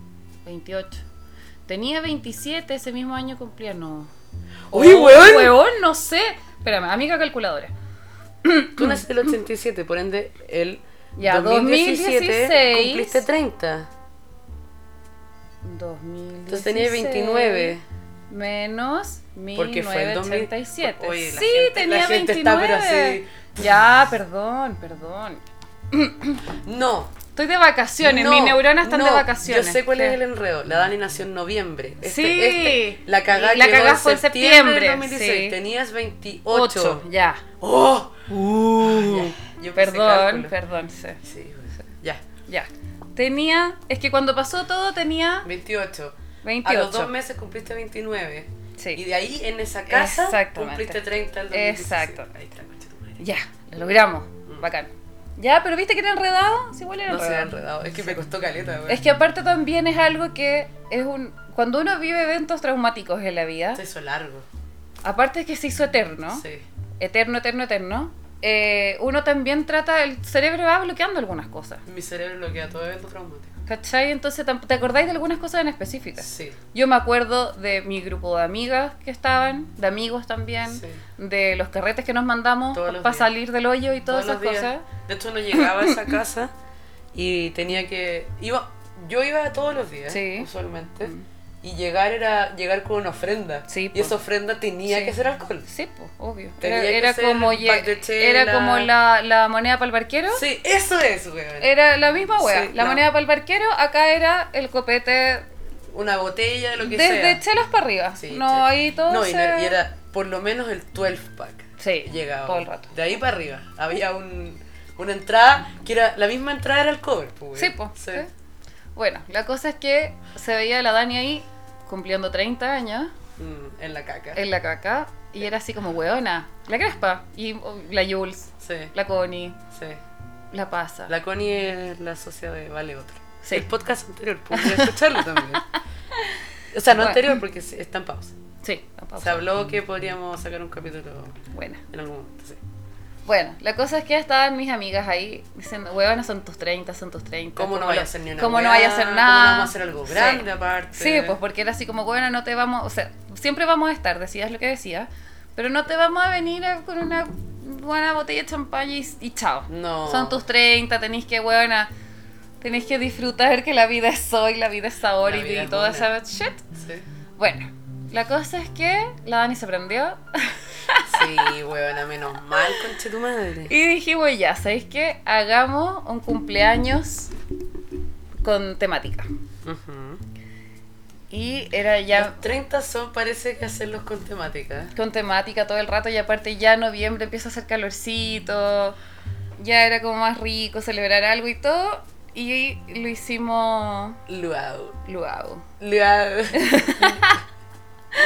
28. Tenía 27, ese mismo año cumplía, no. ¡Uy, Oh, weón! Weón, no sé. Espérame, amiga calculadora. Tú naciste en el 87, por ende, el Ya, 2017 2016. cumpliste 30. 2000. Entonces tenías 29. Menos Porque fue el 2000. 1987. Oye, la sí, gente- tenía la gente 29. está, pero Ya, perdón, perdón. No. Estoy de vacaciones, mis neuronas están no, de vacaciones. Yo sé cuál es Sí. el enredo. La Dani nació en noviembre. Este- Sí. este- la cagada Y la llegó cagá en fue en septiembre. del septiembre, 2016. sí. Tenías 28. 8, ya. ¡Oh! Ya, yo pensé Uh, Perdón, cálculo. perdón, sí. Sí, pues, ya. Ya. Tenía, es que cuando pasó todo tenía 28. A 28. los dos meses cumpliste 29. Sí. Y de ahí, en esa casa, Exactamente. cumpliste 30 al 2016. Exactamente. Ahí está, concha tu madre. Ya, lo logramos. Bacán. Ya, pero viste que era enredado. Sí, igual era Mm. No se ha enredado. enredado. Es que me costó caleta, güey. Es que aparte también es algo que es un. Cuando uno vive eventos traumáticos en la vida, Se hizo largo. aparte es que se hizo eterno, Sí. eterno, eterno, eterno, eh, uno también trata. El cerebro va bloqueando algunas cosas. Mi cerebro bloquea todo evento traumático. ¿Cachai? Entonces, tam- ¿te acordáis de algunas cosas en específicas? Sí. Yo me acuerdo de mi grupo de amigas que estaban, de amigos también, Sí. de los carretes que nos mandamos Todos los para días. salir del hoyo y Todos todas los esas días. cosas. De hecho, no llegaba a esa casa y tenía que. iba Yo iba todos los días, Sí. Mm. usualmente. Y llegar era llegar con una ofrenda. Sí, y po. esa ofrenda tenía Sí. que ser alcohol. Sí, pues, obvio. Tenía Era, que era ser como, un ye- pack de chela. era como la, la moneda para el barquero. Sí, eso es, weón. Era la misma wea. Sí, la no. moneda para el barquero, acá era el copete Una botella, lo que sea. desde chelas para arriba. Sí, no, sí. ahí todo. No, y, se- no- y era por lo menos el 12 pack. Sí, Llegaba. todo el rato. De ahí para arriba. Había un, una entrada que era. La misma entrada era el cover, pues. Sí, pues. Bueno, la cosa es que se veía a la Dani ahí cumpliendo 30 años. Mm, en la caca. en la caca y era así como weona. La crespa. Y oh, la Jules, Sí, la Connie, sí. la pasa. La Connie es la socia de Vale Otro. Sí. El podcast anterior, podría escucharlo también. O sea, no Bueno. anterior porque se- está en pausa. Sí, la pausa. Se habló que podríamos sacar un capítulo Buena. en algún momento, sí. Bueno, la cosa es que estaban mis amigas ahí diciendo, weona, son tus 30, son tus 30. ¿Cómo no lo- vaya a hacer ni una pues, cómo no weá? vaya a hacer nada? ¿Cómo no vamos a hacer algo Sí. grande aparte? Sí, pues porque era así como, bueno, no te vamos, o sea, siempre vamos a estar, decías lo que decías, pero no te vamos a venir a- con una buena botella de champaña y, y chao. No. Son tus 30, tenéis que, buena, tenéis que disfrutar que la vida es hoy, la vida es ahora La y, vida y es toda buena. esa shit. Sí. Bueno, la cosa es que la Dani se prendió Sí, huevona, menos mal, conche tu madre. y dijimos, ya, ¿sabéis qué? Hagamos un cumpleaños con temática. Y era ya... Los 30 son, parece que hacerlos con temática. con temática todo el rato y aparte ya noviembre empieza a hacer calorcito, ya era como más rico celebrar algo y todo y lo hicimos Luau. luau. Luau.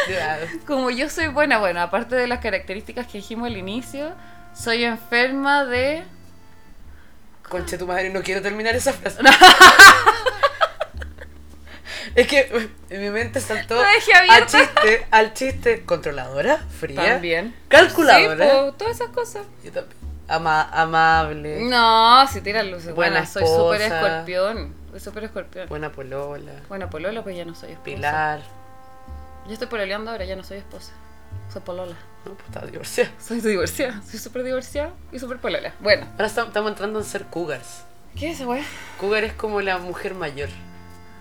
Luau. Como yo soy buena, bueno, aparte de las características que dijimos al inicio, soy enferma de... Conche tu madre, no quiero terminar esa frase. es que en mi mente saltó Lo dejé al abierto. chiste, al chiste controladora, fría, También. calculadora, Sí, po, todas esas cosas. yo también, ama- amable, No, si tiras luces. Buena Bueno, soy súper esposa. escorpión. Soy súper escorpión. buena polola, Bueno, pololo, pues ya no soy esposa. pilar. Yo estoy pololeando ahora, ya no soy esposa. Soy polola. No, pues está divorciada. Soy divorciada, soy súper divorciada y súper polola. Bueno, Ahora estam- estamos entrando en ser cougars. ¿qué es esa weá? Cougar es como la mujer mayor,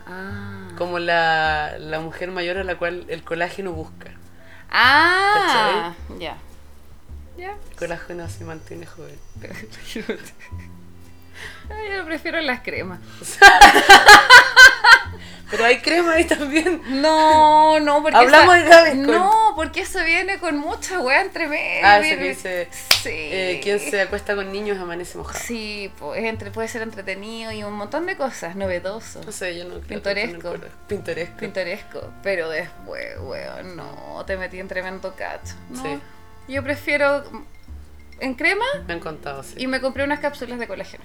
Ah. como la, la mujer mayor a la cual el colágeno busca. Ah, ya. Ya. El colágeno se mantiene joven. Ay, yo prefiero las cremas. Pero hay crema ahí también. No, no, porque. Hablamos de Gaviscon. No, porque eso viene con mucha wea entre medio. Ah, ese que dice, Eh, Sí. eh, quien se acuesta con niños amanece mojado. Sí, po, es entre, puede ser entretenido y un montón de cosas, novedoso, No sé, yo no creo Pintoresco. tanto en el cuerpo. Pintoresco. pintoresco. Pero después, weón, no, te metí en tremendo cacho. No, Sí. Yo prefiero en crema Me han contado, sí. y me compré unas cápsulas de colágeno.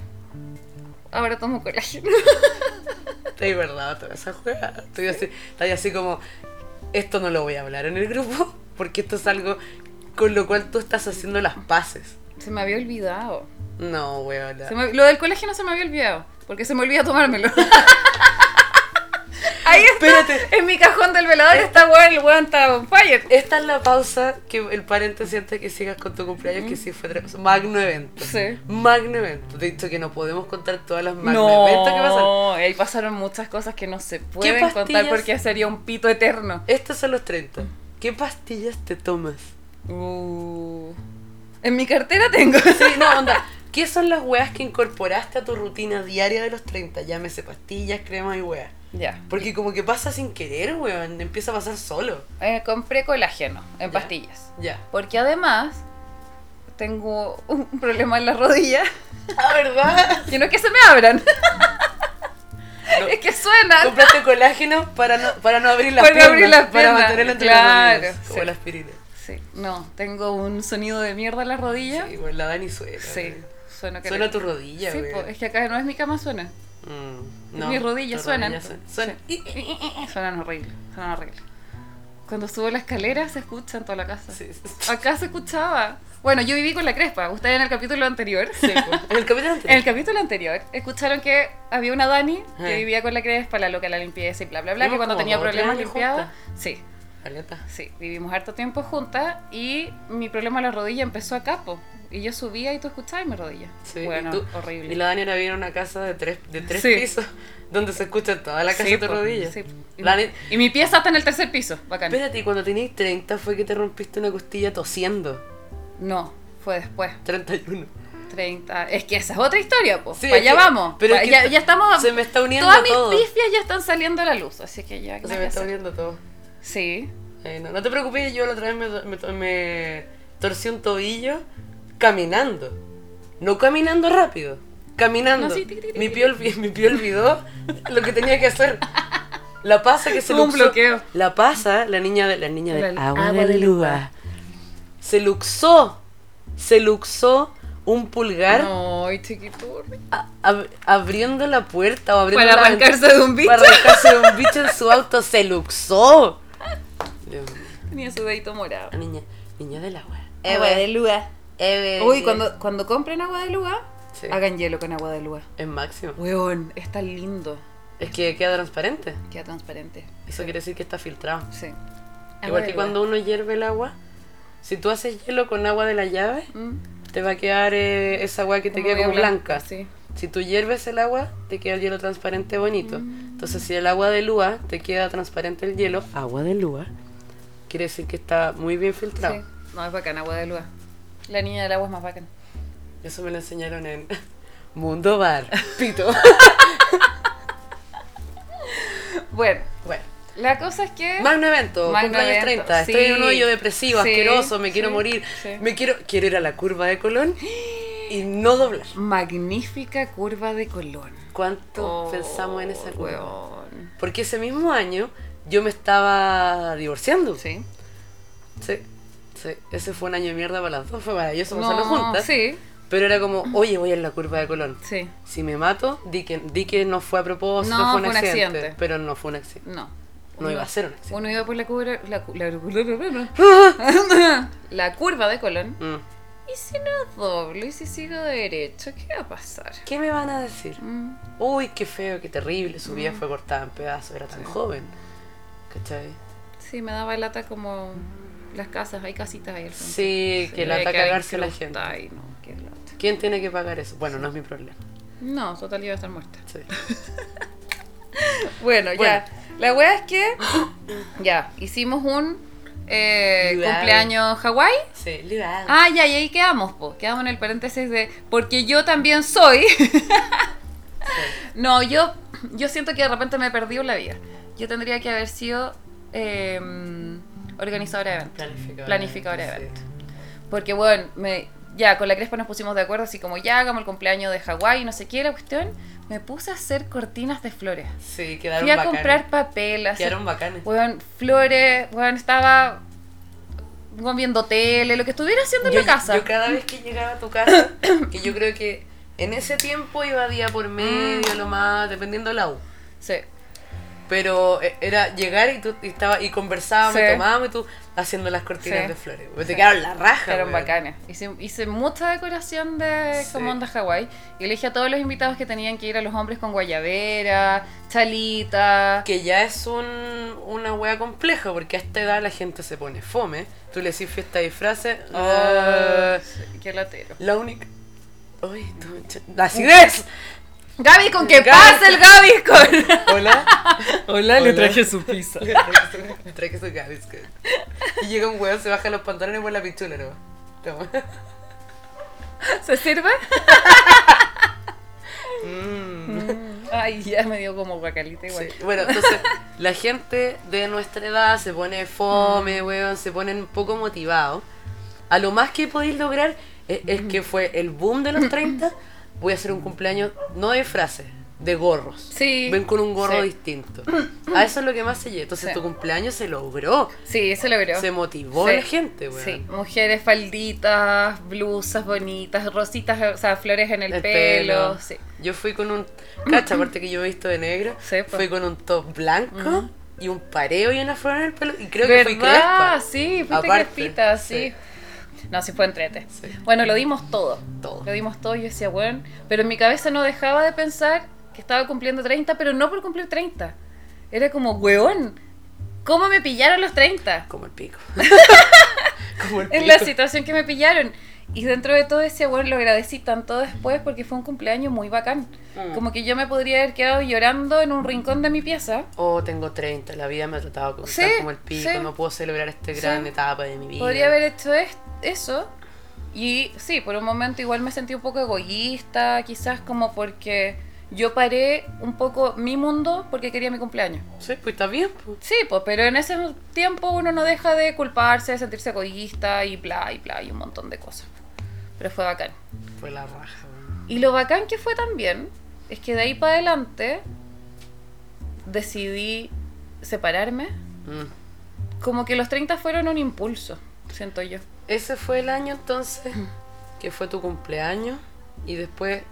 Ahora tomo colágeno. Estoy verdad, toda esa juega. Estoy así, estoy así como, esto no lo voy a hablar en el grupo, porque esto es algo con lo cual tú estás haciendo las paces. Se me había olvidado. No, weón. Se me- lo del colágeno se me había olvidado, porque se me olvida tomármelo. Ahí está, Espérate. en mi cajón del velador está weón, el weón está on fire. Esta es la pausa que el paréntesis antes que sigas con tu cumpleaños, que sí fue tra- magno evento. Sí. Magno evento. De hecho, que no podemos contar todas las magno No, eventos que pasan. ahí pasaron muchas cosas que no se pueden contar pastillas? porque sería un pito eterno. Estos son los 30. ¿Qué pastillas te tomas? Uh. En mi cartera tengo. Sí, no, onda. ¿Qué son las weas que incorporaste a tu rutina diaria de los 30? Llámese pastillas, crema y weas. ya. Porque como que pasa sin querer, weón. Empieza a pasar solo. Eh, compré colágeno Ya. en pastillas. Ya. Porque además tengo un un problema en la rodilla. Ah, ¿verdad? Que no es que se me abran. No. es que suenan. Compraste colágeno para no, para no abrir las Para no piernas. abrir las Para piernas, mantenerlo entre claro, las rodillas. Como sí. la aspirina. Sí, no, tengo un sonido de mierda en la rodilla. Sí, weón, la Dani suena. Sí, weón. suena Ah, que Suena tu rodilla, Sí, weón. po, es que acá no es mi cama, suena. Mm, no, Mis rodillas tu suenan. rodilla suena. Suena. Suenan Eh, horrible, suenan horrible. Cuando subo la escalera se escucha en toda la casa. Sí, sí, sí. Acá se escuchaba. Bueno, yo viví con la crespa. Ustedes en el capítulo anterior, Sí, weón. En el capítulo en el anterior. capítulo anterior, escucharon que había una Dani que Eh. vivía con la crespa, la loca, la limpieza y bla, bla, bla, que Vivimos cuando como tenía dos o tres problemas años limpiaba. Sí, Caleta. sí, vivimos harto tiempo juntas y mi problema en la rodilla empezó a capo. Y yo subía y tú escuchabas mi rodilla. Sí, bueno, y tú- horrible. Y la Dani ahora vive en una casa de tres, de tres Sí. pisos donde se escucha toda la casa Sí, de tu po, rodilla. sí, po. Y, La Dani- y mi pieza está en el tercer piso, bacán. Espérate, ¿y cuando tenías 30 fue que te rompiste una costilla tosiendo. No, fue después. 31. 30. Es que esa es otra historia, pues. Sí, es allá que- vamos. pero Pa- es que ya, está- ya estamos. Se me está uniendo todas mis todo. pifias ya están saliendo a la luz, así que ya. Se nada me que está hacer. uniendo todo. Sí. Eh, no, no te preocupes, yo la otra vez me, me- me torcí un tobillo caminando. No caminando rápido, caminando. No, sí, tic, tic, tic, mi, pie olvi- mi pie olvidó lo que tenía que hacer. La pasa que se Tuvo un luxó- bloqueo. La pasa, la niña de la niña del La- agua, agua de del Luba. Se luxó. Se luxó un pulgar Ay, chiquiturri. a- ab- abriendo la puerta o abriendo Para la ventana. arrancarse de un bicho. Para arrancarse de un bicho en su auto se luxó. Dios mío. Tenía su dedito morado. La niña, niña del Eh, agua. luga. Eve. Eh, Uy, cuando, cuando compren agua de luga, Sí. hagan hielo con agua de luga. Es máximo. Weón, está lindo. Es que queda transparente. Queda transparente. Eso quiere decir que está filtrado. Sí. Agua Igual de que luga. cuando uno hierve el agua, si tú haces hielo con agua de la llave, Mm, te va a quedar eh, esa agua que te queda medio como blanco, blanca. Sí. Si tú hierves el agua, te queda el hielo transparente bonito. Mm. Entonces, si el agua de lúa te queda transparente el hielo, agua de lúa, quiere decir que está muy bien filtrado. Sí. No, es bacán, agua de luga. La niña del agua es más bacán. Eso me lo enseñaron en Mundo Bar. Pito. Bueno, bueno. la cosa es que. Magno evento, Magno cumpleaños evento, 30. Estoy en un sí. hoyo depresivo, Sí, asqueroso, me quiero sí, morir. sí. Me quiero quiero ir a la curva de Colón y no doblar. Magnífica curva de Colón. ¿Cuánto Oh, pensamos en esa curva? weón. Porque ese mismo año yo me estaba divorciando. Sí. Sí, sí. Ese fue un año de mierda para las dos, fue maravilloso pasarlo juntas. Sí, Pero era como, oye, voy a la curva de Colón. sí. Si me mato, di que, di que no fue a propósito, No, fue un, fue un accidente, accidente. Pero no fue un accidente. No. No iba a ser un accidente. Uno iba por la curva. La, cu- la, la curva de Colón. Mm. ¿Y si no doblo? ¿Y si sigo derecho? ¿Qué va a pasar? ¿Qué me van a decir? Mm, Uy, qué feo, qué terrible. Su vida fue cortada en pedazos, era tan Sí. joven. ¿Cachai? Sí, me daba lata como las casas. Hay casitas ahí al fondo. Sí, eh, que lata cagarse la gente. Ay, no, qué lata. ¿Quién tiene que pagar eso? Bueno, no es mi problema. No, total iba a estar muerta. Sí. Bueno, Bueno. ya. La wea es que. Ya, hicimos un eh, Lugar. cumpleaños Hawái. Sí, liberal. Ah, ya, y ahí quedamos, po. Quedamos en el paréntesis de porque yo también soy. no, yo, yo siento que de repente me he perdido la vida. Yo tendría que haber sido eh, organizadora de eventos. Planificadora. Planificadora de sí. evento. Porque, bueno, me, ya con la Crespa nos pusimos de acuerdo, así como ya hagamos el cumpleaños de Hawái, no sé qué, la cuestión. Me puse a hacer cortinas de flores. Sí, quedaron Fui a bacanes. comprar papel, a hacer Quedaron bacanes. weón, flores, weón, estaba weón, viendo tele, lo que estuviera haciendo en yo, la casa. yo cada vez que llegaba a tu casa, que yo creo que en ese tiempo iba día Mm. por medio, lo más, dependiendo de la U. Sí. Pero eh, era llegar y tú y estaba, y conversábamos, Sí. y tomábamos y tú haciendo las cortinas Sí. de flores. Pues Te quedaron la raja. Fueron weón. bacanas. Hice, hice mucha decoración de Sí. como onda Hawái. Y le dije a todos los invitados que tenían que ir a los hombres con guayabera, chalita. Que ya es un, una wea compleja, porque a esta edad la gente se pone fome. Tú le decís fiesta de disfraces. Ah, ah, sí, qué latero. la única. Uy, tú- ch- la acidez. Gaby, con que Gaby. pase el Gaby con. Hola. Hola, le traje su pizza. Le traje su- le traje su cabezca. Y llega un weón, se baja los pantalones por la pichula, ¿no? Toma. ¿Se sirve? Mm. Ay, ya me dio como guacalita igual. Sí. Bueno, entonces la gente de nuestra edad se pone Mm. fome, weón, se ponen poco motivados. A lo más que podéis lograr es, es que fue el boom de los 30. Voy a hacer un cumpleaños, no de frases, de gorros. Sí. Ven con un gorro Sí. distinto. A eso es lo que más se llega. Entonces Sí. tu cumpleaños se logró. Sí, se logró. Se motivó Sí. la gente, weón. Sí, mujeres falditas, blusas bonitas, rositas, o sea, flores en el, El pelo. pelo. Sí. Yo fui con un. Cacha, aparte que yo he visto de negro. Sí, pues. po. fui con un top blanco y un pareo y una flor en el pelo. Y creo que fui ¿Verdad? crespa. sí, fuiste Aparte, crespita, sí. No, sí fue entrete. Sí. Bueno, lo dimos todo. Todo. Lo dimos todo, yo decía, bueno, pero en mi cabeza no dejaba de pensar que estaba cumpliendo 30, pero no por cumplir 30. Era como, weón, ¿cómo me pillaron los 30? Como el pico. Como el pico. En la situación que me pillaron. Y dentro de todo decía, bueno, lo agradecí tanto después porque fue un cumpleaños muy bacán. Mm. Como que yo me podría haber quedado llorando en un rincón de mi pieza. Oh, tengo 30, la vida me ha tratado como, Sí, tan como el pico, sí. no puedo celebrar esta Sí. gran etapa de mi vida. Podría haber hecho es- eso. Y sí, por un momento igual me sentí un poco egoísta, quizás como porque yo paré un poco mi mundo porque quería mi cumpleaños. Sí, pues está bien. pues. Sí, pues, pero en ese tiempo uno no deja de culparse, de sentirse egoísta y bla, y bla, y un montón de cosas. Pero fue bacán. Fue la raja. weón. Y lo bacán que fue también es que de ahí para adelante decidí separarme. Mm. Como que los 30 fueron un impulso, siento yo. Ese fue el año entonces Mm. que fue tu cumpleaños y después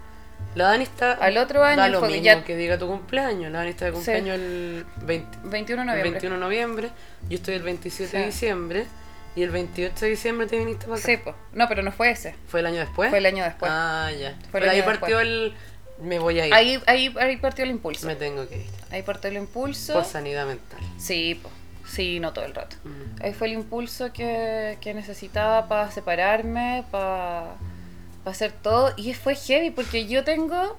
la Dani está... Al otro año da lo fue que mismo ya- que diga tu cumpleaños. La Dani está de Sí. cumpleaños el 20, 21 de el noviembre. 21 de noviembre, yo estoy el 27 Sí. de diciembre y el 28 de diciembre te viniste para acá. Sí, po. No, pero no fue ese. ¿Fue el año después? Fue el año después. ¿Eh? Ah, ya. Pues, Fue el Pero año ahí partió después. el... Me voy a ir. ahí, ahí, ahí partió el impulso. Me Pues, tengo que ir. Ahí partió el impulso. Por sanidad mental. Sí, po. sí, no todo el rato. Mm. Ahí fue el impulso que, que necesitaba para separarme, para hacer todo. Y fue heavy porque yo tengo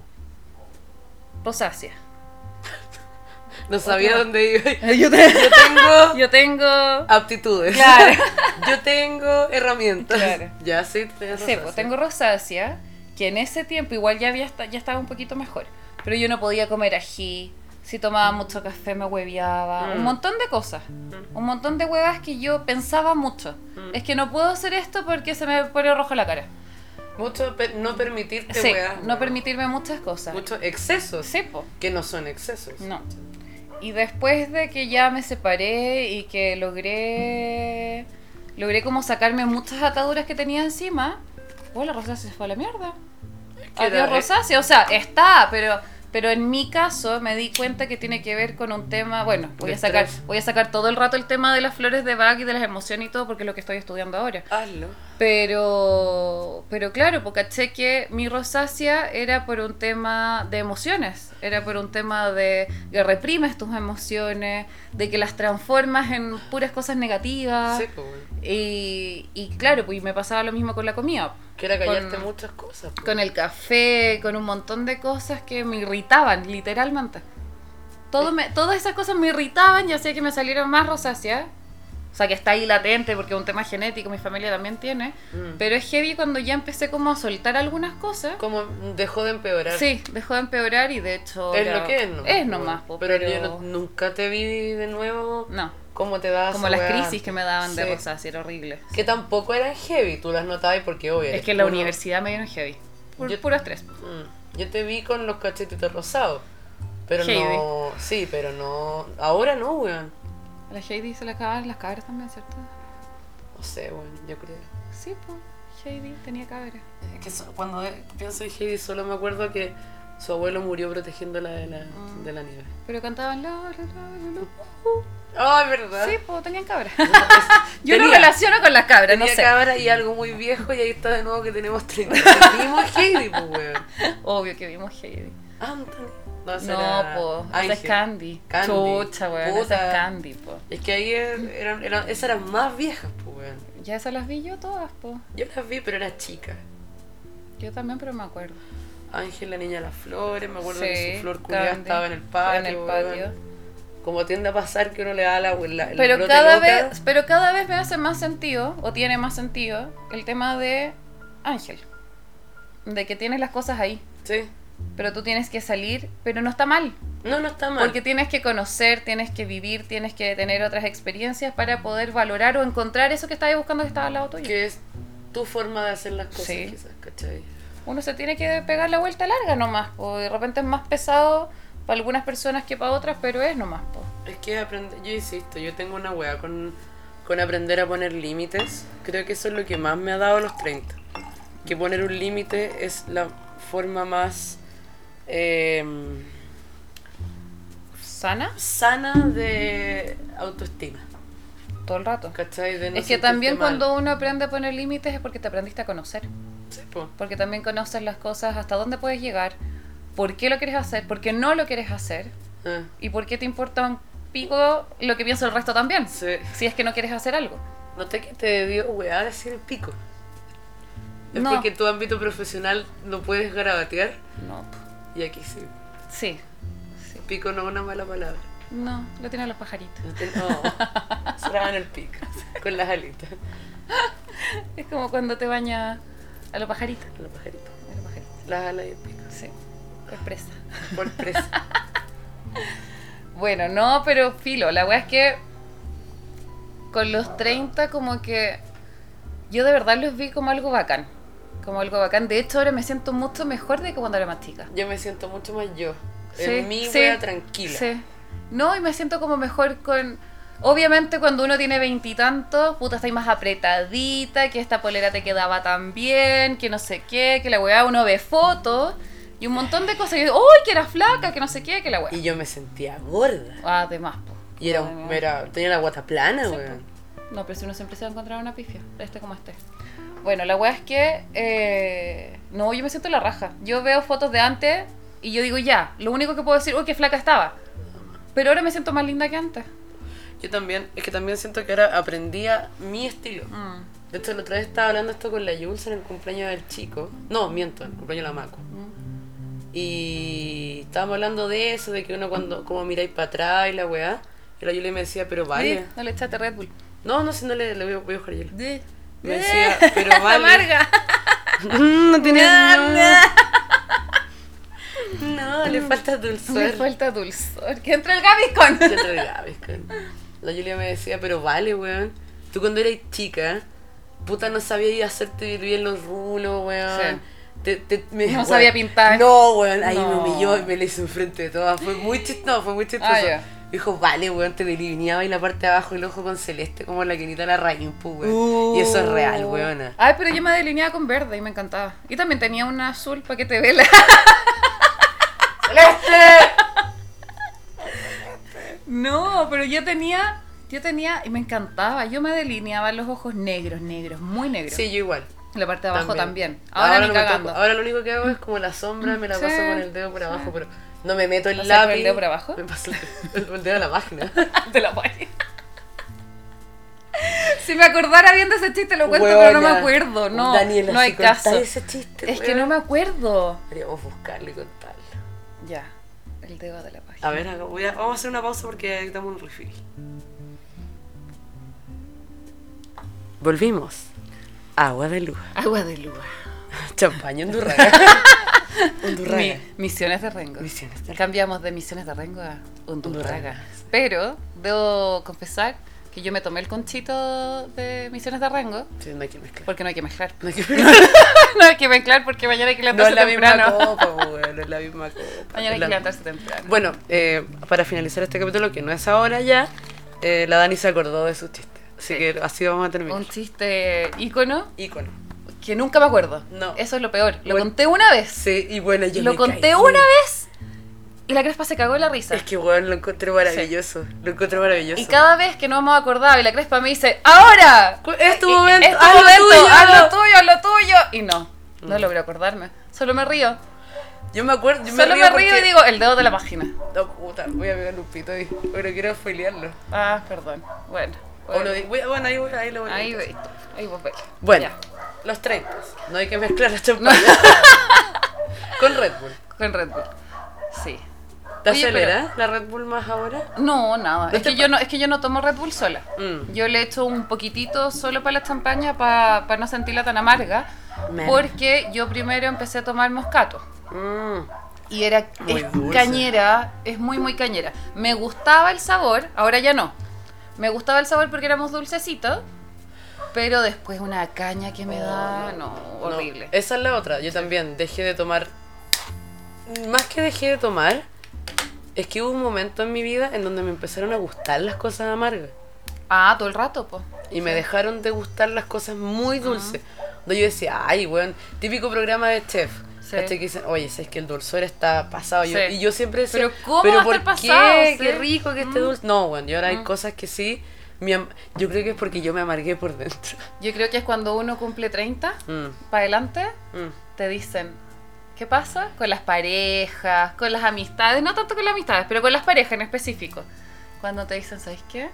rosácea. No sabía dónde iba. Yo, Yo tengo yo tengo... aptitudes. Claro. Yo tengo herramientas. Claro. Ya sí, tengo Sí, pues, tengo rosácea, que en ese tiempo igual ya, había, esta- ya estaba un poquito mejor, pero yo no podía comer ají, si tomaba mucho café me hueviaba, un Mm. montón de cosas, un montón de huevas que yo pensaba mucho. Es que no puedo hacer esto porque se me pone rojo la cara. Mucho pe- no permitirte Sí, weas, no weón. permitirme muchas cosas. Muchos excesos. Sí, po. Que no son excesos. No. Y después de que ya me separé y que logré logré como sacarme muchas ataduras que tenía encima, oh, la rosácea se fue a la mierda. que Adiós era- rosácea, o sea, está, pero pero en mi caso me di cuenta que tiene que ver con un tema, bueno, voy De a sacar estrés. voy a sacar todo el rato el tema de las flores de Bach y de las emociones y todo porque es lo que estoy estudiando ahora. Hazlo. Pero, pero claro, porque caché que mi rosácea era por un tema de emociones, era por un tema de que reprimes tus emociones, de que las transformas en puras cosas negativas. Sí, pues, weón. Y, y claro, pues y me pasaba lo mismo con la comida, Que era callarte Con- muchas cosas. pues. con el café, con un montón de cosas que me irritaban, literalmente. Todo me, todas esas cosas me irritaban y hacía que me salieran más rosácea. sea, que está ahí latente porque es un tema genético, mi familia también tiene. Mm. Pero es heavy cuando ya empecé como a soltar algunas cosas. Como dejó de empeorar. Sí, dejó de empeorar y de hecho... Es ya- lo que es nomás. Es nomás, po, pero, pero... yo no- nunca te vi de nuevo No, cómo te das. como las crisis que me daban de Sí. rosácea, era horrible. Que tampoco eran heavy, tú las notabas porque obvio. Es eres que en la puro- universidad me dieron heavy. Pur, Yo- puro estrés. po. Mm. Yo te vi con los cachetitos rosados. Pero no. Sí, pero no. Ahora no, weón. A la Heidi se la acababan las cabras también, ¿cierto? No sé, weón, yo creo. Sí, pues. Heidi tenía cabras. Es que so- cuando eh, pienso en Heidi solo me acuerdo que su abuelo murió protegiéndola de la, Mm. de la nieve. Pero cantaban la, la, la, la, la. Ay, Ah, ¿verdad? Sí, pues tenían cabras. Yo Tenía. lo relaciono con las cabras, no Tenía sé. cabra y algo muy viejo y ahí está de nuevo que tenemos 30. Vimos Heidi, pues, weón. Obvio que vimos Heidi. Anthony. No, esa era No, pues. Esa es Ángel. Candy. Candy. Chucha, weón. Esa Puta. es Candy, po. Es que ahí er- eran, eran, esas eran más viejas, pues, weón. Ya esas las vi yo todas, po. Yo las vi, pero era chica. Yo también, pero me acuerdo. Ángel, la niña de las flores, me acuerdo Sí, que su flor culiada Candy. estaba en el patio. En el weón. patio. Como tiende a pasar que uno le da la, la el Pero brote cada, loca. vez, pero cada vez me hace más sentido, o tiene más sentido, el tema de Ángel. De que tienes las cosas ahí, Sí. pero tú tienes que salir, pero no está mal. No, no está mal. Porque tienes que conocer, tienes que vivir, tienes que tener otras experiencias para poder valorar o encontrar eso que estabas buscando que estaba al lado tuyo. que es tu forma de hacer las cosas, Sí. quizás, ¿cachai? Uno se tiene que pegar la vuelta larga nomás, o de repente es más pesado para algunas personas que para otras, pero es nomás. po. Es que aprender, yo insisto, yo tengo una wea con, con aprender a poner límites. Creo que eso es lo que más me ha dado los 30. Que poner un límite es la forma más eh, ¿Sana? sana de autoestima, Todo el rato. ¿cachai? De no es que sentirte también mal. cuando uno aprende a poner límites es porque te aprendiste a conocer. Sí, po. porque también conoces las cosas, hasta dónde puedes llegar, por qué lo quieres hacer, por qué no lo quieres hacer Ah, y por qué te importa un pico lo que piensa el resto también, sí. si es que no quieres hacer algo. Noté que te dio weá decir el pico. Es No. porque tu ámbito profesional no puedes garabatear No, po. y aquí sí. sí, sí. Pico no es una mala palabra. No, lo tienen los pajaritos. No, te- no. Se lavan el pico con las alitas. Es como cuando te baña a los pajaritos. Con los pajaritos. A los pajaritos, Las alas y el pico. sí. Es presa. Por presa. Bueno, no, pero filo, la weá es que con los 30 como que yo de verdad los vi como algo bacán. Como algo bacán. De hecho, ahora me siento mucho mejor de que cuando era más chica. Yo me siento mucho más yo. Sí, en mi sí, wea tranquila. Sí. No, y me siento como mejor con... Obviamente cuando uno tiene veintitantos, puta, estáis más apretadita, que esta polera te quedaba tan bien, que no sé qué, que la weá uno ve fotos y un montón de cosas. Y yo, ¡Uy, que era flaca, que no sé qué, que la weá! Y yo me sentía gorda. Además, po. Y era, Además. era- tenía la guata plana, Sí, weón. No, pero si uno siempre se va a encontrar una pifia, este como este. Bueno, la weá es que. eh, no, yo me siento la raja. Yo veo fotos de antes y yo digo ya. Lo único que puedo decir, uy, qué flaca estaba. Pero ahora me siento más linda que antes. Yo también, es que también siento que ahora aprendía mi estilo. Mm, De hecho, la otra vez estaba hablando esto con la Jules en el cumpleaños del chico. No, miento, en el cumpleaños de la Maco. mm. Y estábamos hablando de eso, de que uno cuando como miráis para atrás y la weá. Y la Julia me decía, pero vale. Di, no le echaste Red Bull. No, no, si no le, le voy, a- voy a buscar hielo. Di. Me Di. decía, pero Está vale. amarga. Mm, no tiene No, No, le falta Me dulzor. falta dulzor. Que entre el Gaviscon. Yo te lo grabo, es que- La Julia me decía, pero vale, weón. Tú cuando eras chica, puta, no sabías hacerte bien los rulos, weón. Sí. Te- te- me- No weón. sabía pintar. No, weón. Ahí No. me humilló, me le hizo enfrente de todas. Fue muy chistoso, fue muy chistoso. Ah, ya. Me Dijo, vale, weón, te delineaba y la parte de abajo el ojo con celeste, como la quinita la raíz, pues, weón. Uh. Y eso es real, weón. Ay, pero yo me delineaba con verde y me encantaba. Y también tenía una azul para que te vela. No, pero yo tenía, yo tenía, y me encantaba, yo me delineaba los ojos negros, negros, muy negros. Sí, yo igual. La parte de abajo También. también. Ahora, no ni me cagando. toco. ahora lo único que hago es como la sombra, me la Sí, paso con el dedo por abajo, pero no me meto el ¿Pasas lápiz. con el dedo por abajo? Me paso el, el dedo a la página. De la página. si me acordara bien de ese chiste lo cuento, pero no me Huevona. acuerdo, no, Daniela, no hay si contás caso. ese chiste, Es que no me acuerdo. Deberíamos buscarlo y contarlo. Ya, el dedo de la página. A ver, haga- voy a- vamos a hacer una pausa porque necesitamos un refill. Volvimos. Agua de luz. Agua de lúa. Champaña Undurraga. Undurraga. Mi- misiones de Rengo. Misiones de- Cambiamos de Misiones de Rengo a Undurraga. Undurraga. Pero debo confesar que yo me tomé el conchito de Misiones de Rengo Sí, no hay que mezclar. porque no hay que mezclar. No, hay que mezclar. no hay que mezclar porque mañana hay que No es levantarse la misma temprano. copa, weón, no es la misma copa. Mañana hay que La- levantarse temprano. Bueno, eh, para finalizar este capítulo, que no es ahora ya, eh, la Dani se acordó de su chiste. Así Sí. que así vamos a terminar. Un chiste ícono ícono. que nunca me acuerdo. No. Eso es lo peor. Lo Bueno. conté una vez. Sí, y bueno, yo lo me conté caí. una vez y la Crespa se cagó en la risa. Es que, weón, lo encontré maravilloso. Lo encontré maravilloso. Y cada vez que nos hemos acordado y la Crespa me dice, ¡Ahora! Cu- es tu Y- y- momento, Mm. es tu haz lo momento, tuyo. haz lo tuyo, haz lo tuyo. Y no, no logro acordarme. Solo me río. Yo me acuerdo. Yo Solo me río porque- y digo, el dedo de la página. No, puta, voy a pegar un pito ahí. Pero quiero foliarlo. Ah, perdón. Bueno. O bueno. lo di- voy- Bueno, ahí, voy- ahí lo voy a ahí editar. veis tú, ahí vos veis. Bueno, Ya, los 30. No hay que mezclar la champaña. Con Red Bull. con Red Bull. Sí. ¿Te Oye, pero- acelera la Red Bull más ahora? No, nada. ¿No Es te que, yo no, es que yo no tomo Red Bull sola. Mm. Yo le echo un poquitito solo para la champaña para no sentirla tan amarga. Meh. Porque yo primero empecé a tomar moscato. Mm. Y era Muy es dulce. cañera, es muy, muy cañera. Me gustaba el sabor, ahora ya no. Me gustaba el sabor porque éramos dulcecitos, pero después una caña que me da, no, horrible. No, esa es la otra. Yo también dejé de tomar. Más que dejé de tomar, es que hubo un momento en mi vida en donde me empezaron a gustar las cosas amargas. Ah, todo el rato, pues. Y me dejaron de gustar las cosas muy dulces. Donde yo decía, ay, weón, típico programa de chef. Sí. ¿Cachai? Que dicen, oye, si es que el dulzor está pasado. Yo- Sí. y yo siempre decía, Pero ¿cómo va a por estar qué? pasado? Qué Sí. rico que esté Mm. dulce. No, weón, y ahora hay Mm. cosas que sí. me am- yo creo que es porque yo me amargué por dentro. Yo creo que es cuando uno cumple 30, Mm, para adelante, mm. te dicen, ¿qué pasa? Con las parejas, con las amistades, no tanto con las amistades, pero con las parejas en específico. Cuando te dicen, ¿sabes qué?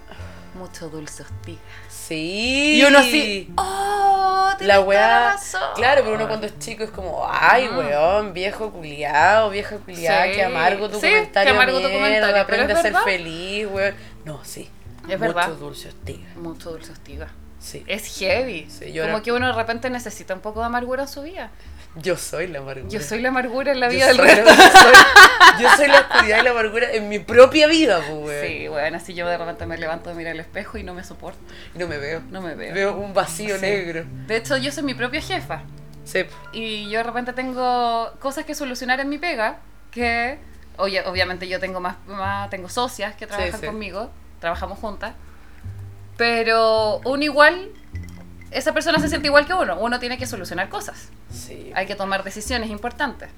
Mucho dulce hostiga. Sí. Y uno así, ¡oh! La weá. razón. Claro, pero uno cuando es chico es como, ay, Mm. weón, viejo culiao, vieja culiada, Sí. qué amargo tu Sí, qué comentario. amargo tu mierda, comentario, pero Aprende es a ser verdad. feliz, weón. No, sí. Es verdad. Eh. Mucho dulce hostiga. Mucho dulce hostiga. Sí. Es heavy. Sí, yo Como era- que uno de repente necesita un poco de amargura en su vida. Yo soy la amargura. Yo soy la amargura en la Yo vida del soy resto. la- yo soy- Yo soy la oscuridad y la amargura en mi propia vida, pues, weón. Sí, bueno, así yo de repente me levanto a mirar el espejo y no me soporto. Y no me veo. No me veo. Veo un vacío Sí. negro. De hecho, yo soy mi propia jefa. Sí. Y yo de repente tengo cosas que solucionar en mi pega. Que obvia- obviamente yo tengo más, más- tengo socias que trabajan sí. conmigo. Trabajamos juntas. Pero uno igual, esa persona se siente igual que uno. Uno tiene que solucionar cosas. Sí. hay que tomar decisiones importantes.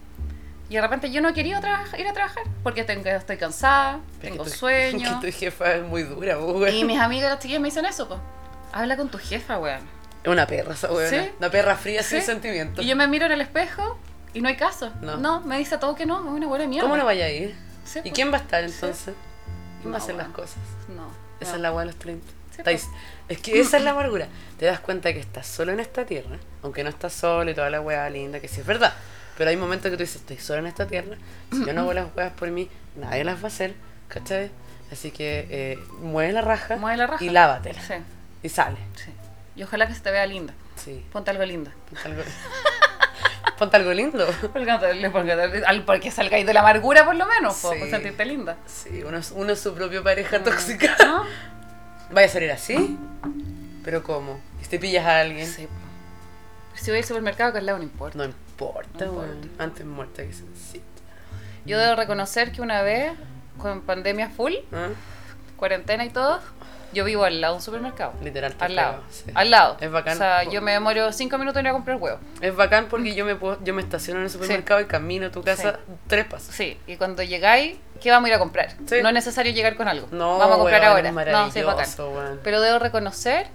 Y de repente yo no quería trabajar- ir a trabajar porque tengo, estoy cansada, Pero tengo que tu- sueño. Que tu jefa es muy dura, pues, weón. Y mis amigas las chiquillas me dicen eso, pues. Habla con tu jefa, weón. Es una perra esa weona. Sí. Una perra fría sin Sí. sentimientos. Y yo me miro en el espejo y no hay caso. No, No. me dice todo que no, es una buena mierda. ¿Cómo no vaya a ir? Sí, ¿Y pues. quién va a estar entonces? ¿Quién va No, a hacer las bueno. cosas? No. Esa no. es la agua de los 30. Sí, pues. Estáis- Es que esa es la amargura. Te das cuenta que estás solo en esta tierra, aunque no estás solo y toda la hueá linda, que sí es verdad. Pero hay momentos que tú dices, estoy solo en esta tierra, si yo no hago las huevas por mí, nadie las va a hacer, ¿cachai? Así que eh, mueve la raja, Mueve la raja. y lávatela. Sí, Y sale. sí. Y ojalá que se te vea linda. Sí. Ponte algo lindo. Ponte algo, ponte algo lindo. Porque- Porque al- porque salgáis de la amargura por lo menos, po, Sí. por sentirte linda. Sí, uno, es- uno es su propio Mm. pareja tóxica. ¿No? ¿Vaya a salir así? ¿Pero cómo? ¿Y te pillas a alguien? Sí, po. Si voy al supermercado, que al lado no importa. No importa, No weón. importa. Antes muerta que sencilla. Yo debo reconocer que una vez, con pandemia full, ¿Ah? cuarentena y todo, yo vivo al lado de un supermercado. Literal, te Al lado. pego, sí. Al lado. Es bacán. O sea, yo me demoro cinco minutos en ir a comprar huevos. Es bacán porque yo me puedo, yo me estaciono en el supermercado y camino a tu casa tres pasos. Sí, y cuando llegáis, ¿qué vamos a ir a comprar? Sí. No es necesario llegar con algo. No, vamos a comprar weón, ahora. es No, sí, es bacán. maravilloso, weón. Pero debo reconocer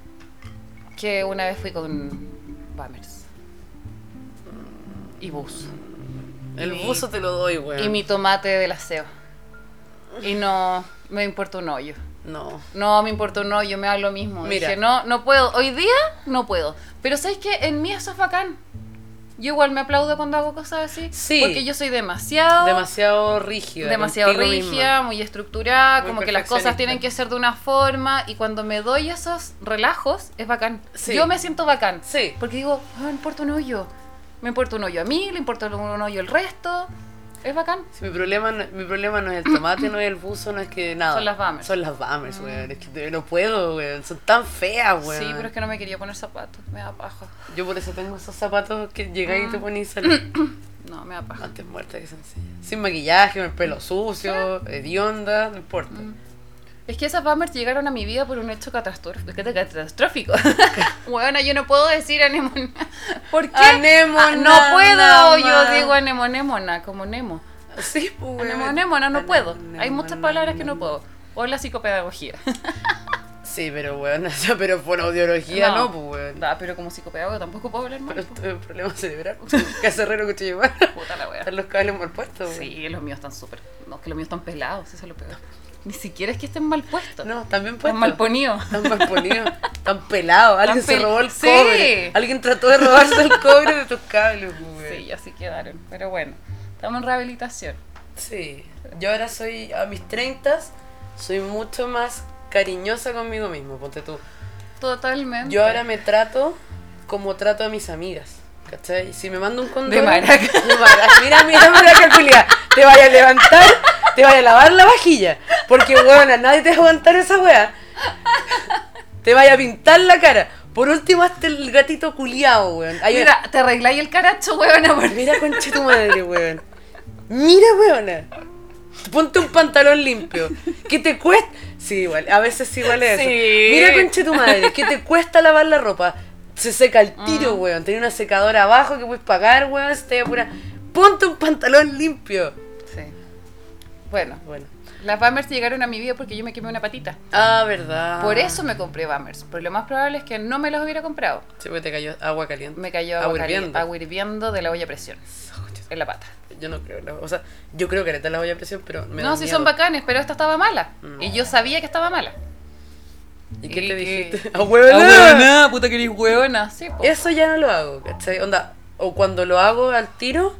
que una vez fui con Bammers y Bus. Mm, El Y- buzo te lo doy, weón. Y mi tomate del aseo. Y no me importa un hoyo. No. No, me importó, no, yo me hago lo mismo. Mira. Dije, no, no puedo. Hoy día no puedo. Pero ¿sabes qué? En mí eso es bacán. Yo igual me aplaudo cuando hago cosas así. Sí. Porque yo soy demasiado. Demasiado rígida. Oh. demasiado contigo rígida, muy estructurada, Muy como que las cosas perfeccionista. tienen que ser de una forma y cuando me doy esos relajos es bacán. Sí. Yo me siento bacán. Sí. Porque digo, "Ah, me importa un hoyo. Me importa un hoyo a mí, le importa un hoyo al resto. Es bacán. Sí, mi, problema, no- mi problema no es el tomate, no es el buzo, no es que nada. Son las Bammers. Son las Bammers, weón. Es que de- no puedo, weón. Son tan feas, weón. Sí, pero es que no me quería poner zapatos. Me da paja. Yo por eso tengo esos zapatos que llegáis Mm. y te pones y salís. No, me da paja. Antes muerta que sencilla. Sin maquillaje, con el pelo sucio, hedionda, no importa. Mm. Es que esas Bammers llegaron a mi vida por un hecho catastrófico. catastrófico? bueno, yo no puedo decir anemona. ¿Por qué? Anémona, Ah, no puedo. nama. Yo digo anemonémona, como Nemo. Sí, pues, weón. Anemonémona, no puedo. Hay muchas Anemonémona. palabras que no puedo. O la psicopedagogía. Sí, pero weón, o sea, pero fonoaudiología no, No. pues weón. Da, Ah, pero como psicopedagogo tampoco puedo hablar mal. Pero po. tuve un problema cerebral. Cacerrero que te llevaron. Puta la wea. Están los cables mal puestos, weón. Sí, los míos están súper. No, que los míos están pelados, eso es lo peor. Ni siquiera es que estén mal puestos. No, también puestos. están mal ponidos. Tan mal ponido, tan pelado. Alguien se pel- robó el Sí. cobre. Alguien trató de robarse el cobre de tus cables, pues, güey. Sí, así quedaron. Pero bueno, estamos en rehabilitación. Sí. Yo ahora soy, a mis 30 soy mucho más cariñosa conmigo mismo, ponte tú. Totalmente. Yo ahora me trato como trato a mis amigas. ¿Cachai? Si me mando un condón. De maraca. de maraca. Mira, mira, mira qué culiá. Te vaya a levantar, te vaya a lavar la vajilla. Porque, weona, nadie te va a aguantar esa weá. Te vaya a pintar la cara. Por último, hasta el gatito culiao, weón. Hay una- Mira, te arregláis el caracho, huevona, por Mira, concha tu madre, weón. Mira, weona. Ponte un pantalón limpio. ¿Qué te cuesta? Sí, igual. A veces igual es Sí. eso. Mira, concha tu madre. ¿Qué te cuesta lavar la ropa? Se seca el tiro, Mm. weón. Tenía una secadora abajo que puedes pagar, weón. Se te apura. Ponte un pantalón limpio. Sí. Bueno, Bueno. las Bammers llegaron a mi vida porque yo me quemé una patita. Ah, verdad. Por eso me compré Bammers. Porque lo más probable es que no me los hubiera comprado. Sí, porque te cayó agua caliente. Me cayó Agua agua cali- hirviendo. agua hirviendo de la olla a presión en la pata. Yo no creo. la- O sea, yo creo que le la olla a presión, pero me no, da sí miedo. son bacanes, pero esta estaba mala. Y yo sabía que estaba mala. ¿Y qué ¿Y te qué? dijiste? ¡A huevona! Ah, puta que eres huevona. Sí, po. Eso ya no lo hago, ¿cachai? Onda, o cuando lo hago al tiro,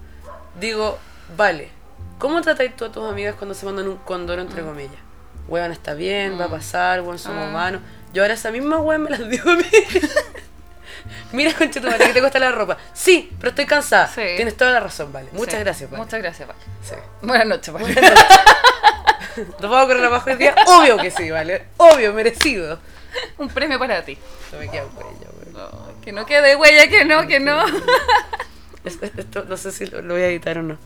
digo, vale, ¿cómo tratáis tú a tus amigas cuando se mandan un condón, Mm. entre comillas? Weón, está bien, va a pasar, weón, Ah. somos humanos. Yo ahora esa misma weón me las digo a mí. Mira, conchetumare, que te cuesta la ropa. Sí, pero estoy cansada. Sí. Tienes toda la razón, vale. Sí. Muchas gracias, vale. Muchas gracias, Val. Sí. Buenas noches, Val. ¿Nos vamos a correr abajo el día? Obvio que sí, vale. Obvio, merecido. Un premio para ti. No me queda huella, weón. No, que no quede huella, que no, que no. Es- es- Esto, no sé si lo, lo voy a editar o no.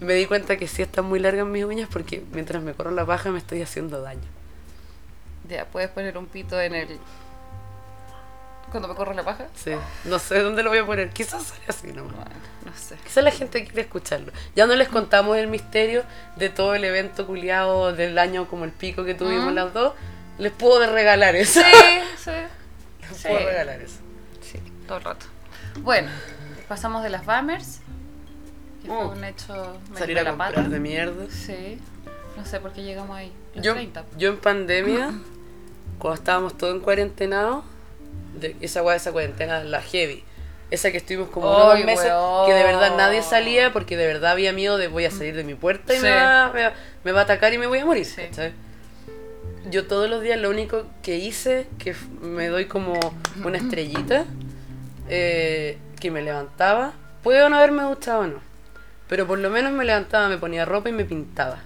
Me di cuenta que sí están muy largas mis uñas porque mientras me corro la paja me estoy haciendo daño. Ya, puedes poner un pito en el. Cuando me corro la paja. Sí. No sé dónde lo voy a poner. Quizás sale así nomás. Bueno, no sé. Quizás la gente quiere escucharlo. Ya no les contamos el misterio de todo el evento culiado del año como el pico que tuvimos Mm. las dos. Les puedo regalar eso. Sí, sí. Les sí. puedo regalar eso. Sí, todo el rato. Bueno, pasamos de las Bammers. Que fue Mm. un hecho. me Salir quemé a comprar de mierda. Sí. No sé por qué llegamos ahí. Los Yo, 30. yo en pandemia, cuando estábamos todos en cuarentenado, de- esa weá de esa cuarentena, la heavy. Esa que estuvimos como unos dos ¡Ay, meses, weón! que de verdad nadie salía porque de verdad había miedo de voy a salir de mi puerta y Sí. me, va, me va- me va a atacar y me voy a morir. Sí. ¿cachai? Yo todos los días lo único que hice, que f- me doy como una estrellita, eh, que me levantaba, puedo no haberme gustado o no, pero por lo menos me levantaba, me ponía ropa y me pintaba.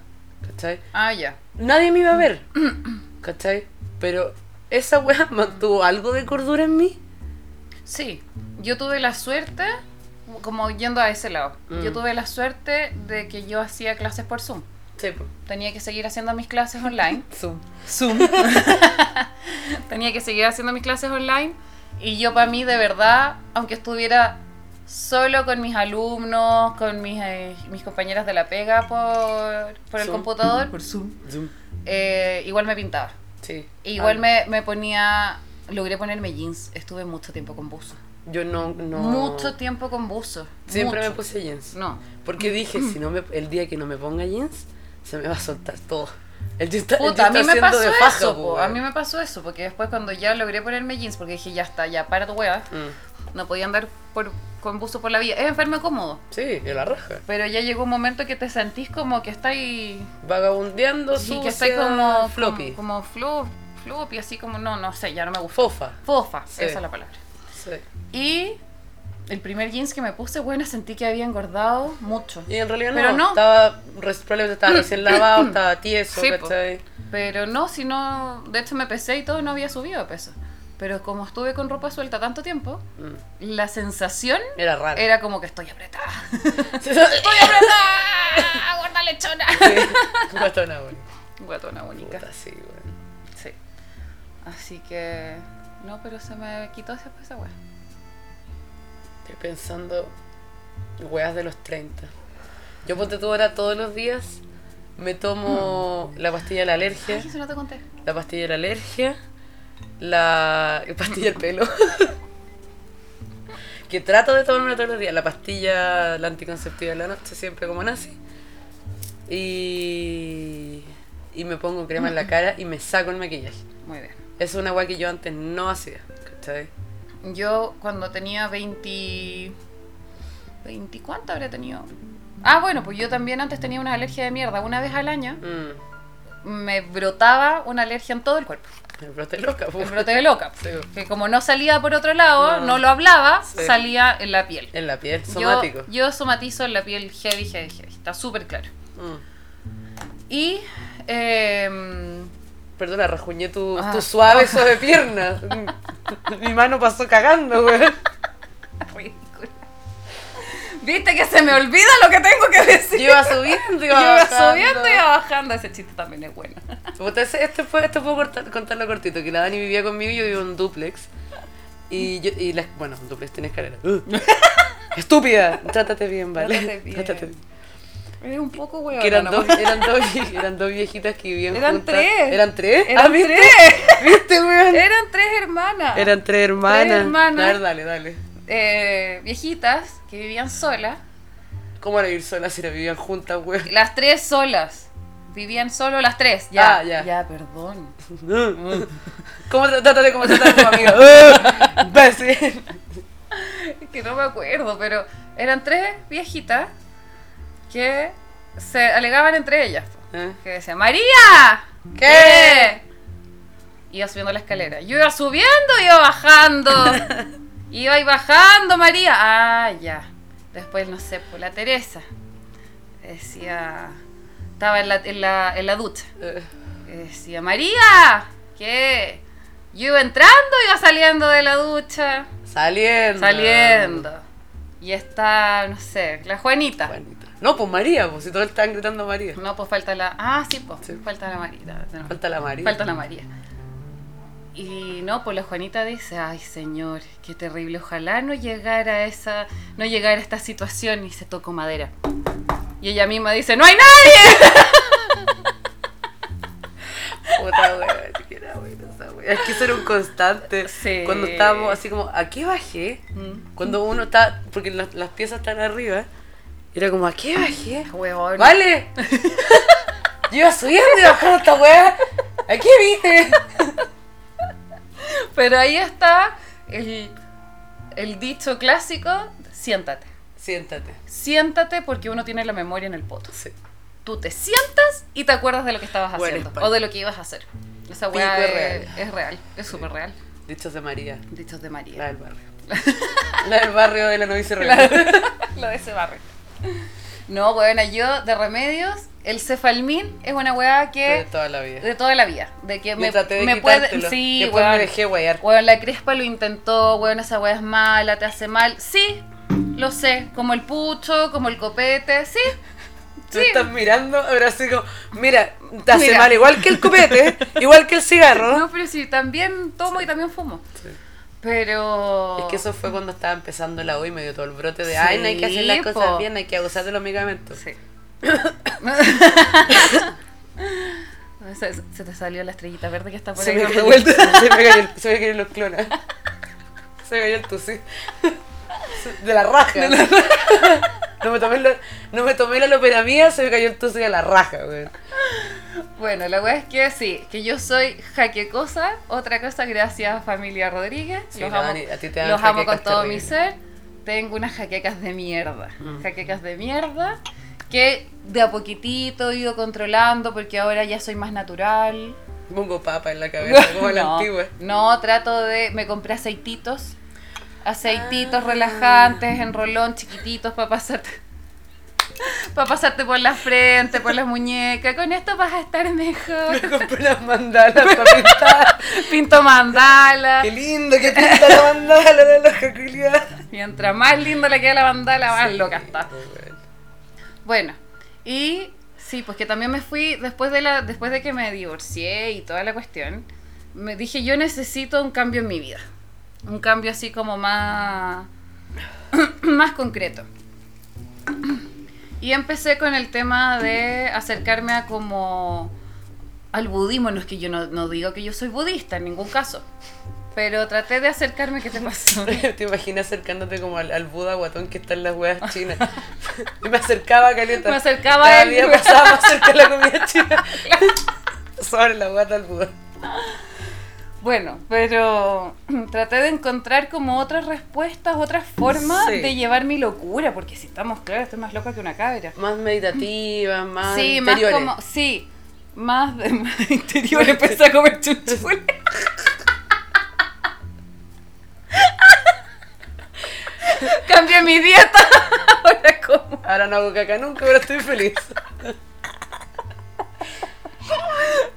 ¿Cachai? Ah, ya. nadie me iba a ver. Mm. ¿Cachai? Pero esa wea mantuvo algo de cordura en mí. Sí. Yo tuve la suerte, como yendo a ese lado, Mm. yo tuve la suerte de que yo hacía clases por Zoom. Sí, Tenía que seguir haciendo mis clases online. Zoom. Zoom. Tenía que seguir haciendo mis clases online y yo para mí de verdad, aunque estuviera solo con mis alumnos, con mis, eh, mis compañeras de la pega por, por el Zoom. computador, Zoom. Zoom. eh, igual me pintaba. E Sí. Igual Ah, me, me ponía, logré ponerme jeans, estuve mucho tiempo con buzo. Yo no. no... Mucho tiempo con buzo. Siempre mucho. me puse jeans. No. Mm. Porque dije, si no me, el día que no me ponga jeans, se me va a soltar todo. El jeans está, el Puta, a mí jeans está me haciendo pasó de faja, eso, po, po, a weón. mí me pasó eso, porque después cuando ya logré ponerme jeans, porque dije, ya está, ya para tu hueá, Mm. No podía andar por, con buzo por la vía. Es enfermo cómodo. Sí, de la raja. Pero ya llegó un momento que te sentís como que estáis. Vagabundeando Sí, su que estáis como. floppy. Como, como flo- floppy, así como. No, no sé, ya no me gustó. Fofa. Fofa, Sí. esa es la palabra. Sí. Y el primer jeans que me puse, bueno, sentí que había engordado mucho. Y en realidad no, Pero no. estaba res- probablemente estaba recién lavado, estaba tieso, Sí, po. ¿cachai? Pero no, si no, de hecho me pesé y todo no había subido de peso. Pero como estuve con ropa suelta tanto tiempo, Mm, la sensación Era raro. era como que estoy apretada. Estoy ¡Apretada! ¡Gorda lechona! Guatona, güey. Guatona bonita. Puta, sí, güey. Sí. Así que. No, pero se me quitó esa esa weá. Estoy pensando weas de los 30. Yo ponte tú ahora todos los días, me tomo la pastilla de la alergia, Ay, eso no te conté. la pastilla de la alergia, la la pastilla del pelo. que trato de tomármela todos los días, la pastilla, la anticonceptiva de la noche, siempre como nazi. Y, y me pongo crema en la cara y me saco el maquillaje. Muy bien. Es una wea que yo antes no hacía, ¿cachai? Yo cuando tenía 20... 20 ¿Cuánto habría tenido? Ah, bueno, pues yo también antes tenía una alergia de mierda. Una vez al año Mm, me brotaba una alergia en todo el cuerpo. me broté loca, po. Me broté de loca. Sí. Que como no salía por otro lado, No. no, lo hablaba, Sí. salía en la piel. En la piel, Yo- somático. Yo, somatizo en la piel heavy, heavy, heavy. Está súper claro. Mm. Y... em, Perdona, rajuñé tu, Ah. tu suave sobre pierna. Mi mano pasó cagando, güey. ridícula. Viste que se me olvida lo que tengo que decir. Yo iba subiendo, Yo iba, iba bajando. subiendo y iba bajando. Ese chiste también es bueno. Puta, ese- Este, fue- esto puedo cortar- contarlo cortito, que la Dani vivía conmigo y yo vivía en un duplex. Y yo, y las, bueno, un duplex tiene escalera. ¡Ugh! Estúpida, trátate bien, vale. Trátate bien. Era un poco huevón. Que eran, dos, eran, dos, vie- eran dos viejitas que vivían Eran juntas. tres. Eran tres. Eran Ah, ¿viste? tres. ¿Viste, güey? Eran tres hermanas. Eran tres hermanas. hermanas. A ver, dale, dale. eh, viejitas que vivían solas. ¿Cómo era vivir solas si la vivían juntas, güey? Las tres solas. Vivían solo las tres. Ya, Ah, ya. Ya, perdón. ¿Cómo tra- trata de cómo tratar a tu amiga? ¡Uh! Imbécil. que no me acuerdo, pero eran tres viejitas que se alegaban entre ellas. po. ¿Eh? Que decían, María, ¿Qué? Iba subiendo la escalera. Yo iba subiendo, iba bajando. iba y bajando, María. Ah, ya. Después, no sé, por la Teresa. Decía, estaba en la, en la, en la ducha. Eh, Y Decía, María, ¿qué? Yo iba entrando, iba saliendo de la ducha. Saliendo. Saliendo. Y está, no sé, la Juanita. Juanita. No, pues María, pues si todos estaban gritando María. No, pues falta la. Ah, sí, pues. Sí. Falta la Marita. tenemos- Falta la María. Falta la María. Y no, pues la Juanita dice, ay señor, qué terrible, ojalá no llegara a esa, no llegara a esta situación y se tocó madera. Y ella misma dice, no hay nadie. Puta wea, chiquera, wea, esa wea. Es que eso era un constante. Sí. Cuando estábamos así como, ¿a qué bajé? Cuando uno está, porque las, las piezas están arriba, era como, ¿a qué bajé? Huevón. ¡Vale! Yo iba subiendo y bajando esta weá. ¿A qué viste? Pero ahí está el, el dicho clásico, siéntate. Siéntate. Siéntate porque uno tiene la memoria en el poto. Sí. tú te sientas y te acuerdas de lo que estabas Buena haciendo España. o de lo que ibas a hacer. Esa Pico weá es es, real. es real, es súper real. Dichos de María. Dichos de María. La del barrio. La del barrio de la novicia La- rebelde. lo de ese barrio. No, bueno, yo de remedios, el cefalmín es una weá De que toda la vida. de toda la vida. De que Me me, traté de me quitártelo. puede. Sí, Después me weón. dejé guayar. Weón, la crespa lo intentó, weón, esa weá es mala, te hace mal. Sí, lo sé. Como el pucho, como el copete, sí. Tú Sí. estás mirando, ahora así como, mira, te hace Mira. mal igual que el copete, igual que el cigarro. No, pero sí, también tomo y también fumo. ¿Ah? Sí. Pero. Es que eso fue cuando estaba empezando la U y me dio todo el brote de, Sí, ay, no hay que hacer las cosas po. bien, hay que abusar de los medicamentos. Sí. se, se te salió la estrellita verde que está por Se ahí. me, ¿no? cayó el, se, me cayó el- se me cayeron los clonas. Se me cayó el tusí. De la raja. No me tomé la, no me tomé la loperamida, se me cayó el tusí de la raja, güey. Bueno, la verdad es que sí, que yo soy jaquecosa. Otra cosa, gracias familia Rodríguez. Sí, los no, amo, ni- a ti te dan los amo con jaquecas todo mi terribles. ser. Tengo unas jaquecas de mierda. Mm. Jaquecas de mierda que de a poquitito he ido controlando porque ahora ya soy más natural. Mungo papa en la cabeza, como la no, antigua. no, trato de. Me compré aceititos. Aceititos Ah. relajantes en rolón chiquititos para pasarte. Para pasarte por la frente, por las muñecas. Con esto vas a estar mejor. Me compré unas mandalas para pintar. Pinto mandala. Qué lindo que pinta la mandala de la jaculidad. Mientras más linda le queda la mandala, más loca está. Bueno, y sí, pues que también me fui después de la después de que me divorcié y toda la cuestión, me dije, yo necesito un cambio en mi vida. Un cambio así como más más concreto. Y empecé con el tema de acercarme a como al budismo, no es que yo no, no digo que yo soy budista en ningún caso, pero traté de acercarme, ¿qué te pasó? Te imaginas acercándote como al, al Buda guatón que está en las huevas chinas. Y me acercaba, Caleta. Me acercaba Cada él. día pasaba más cerca de la comida china. Sobre la guata al Buda. Bueno, pero traté de encontrar como otras respuestas, otras formas Sí. de llevar mi locura, porque si estamos claros, estoy más loca que una cabra. Más meditativa, más sí, Ah, interiores. Este. más como, sí, más de más interior empecé a comer chuchules. Cambié mi dieta, ahora como. Ahora no hago caca nunca, pero estoy feliz.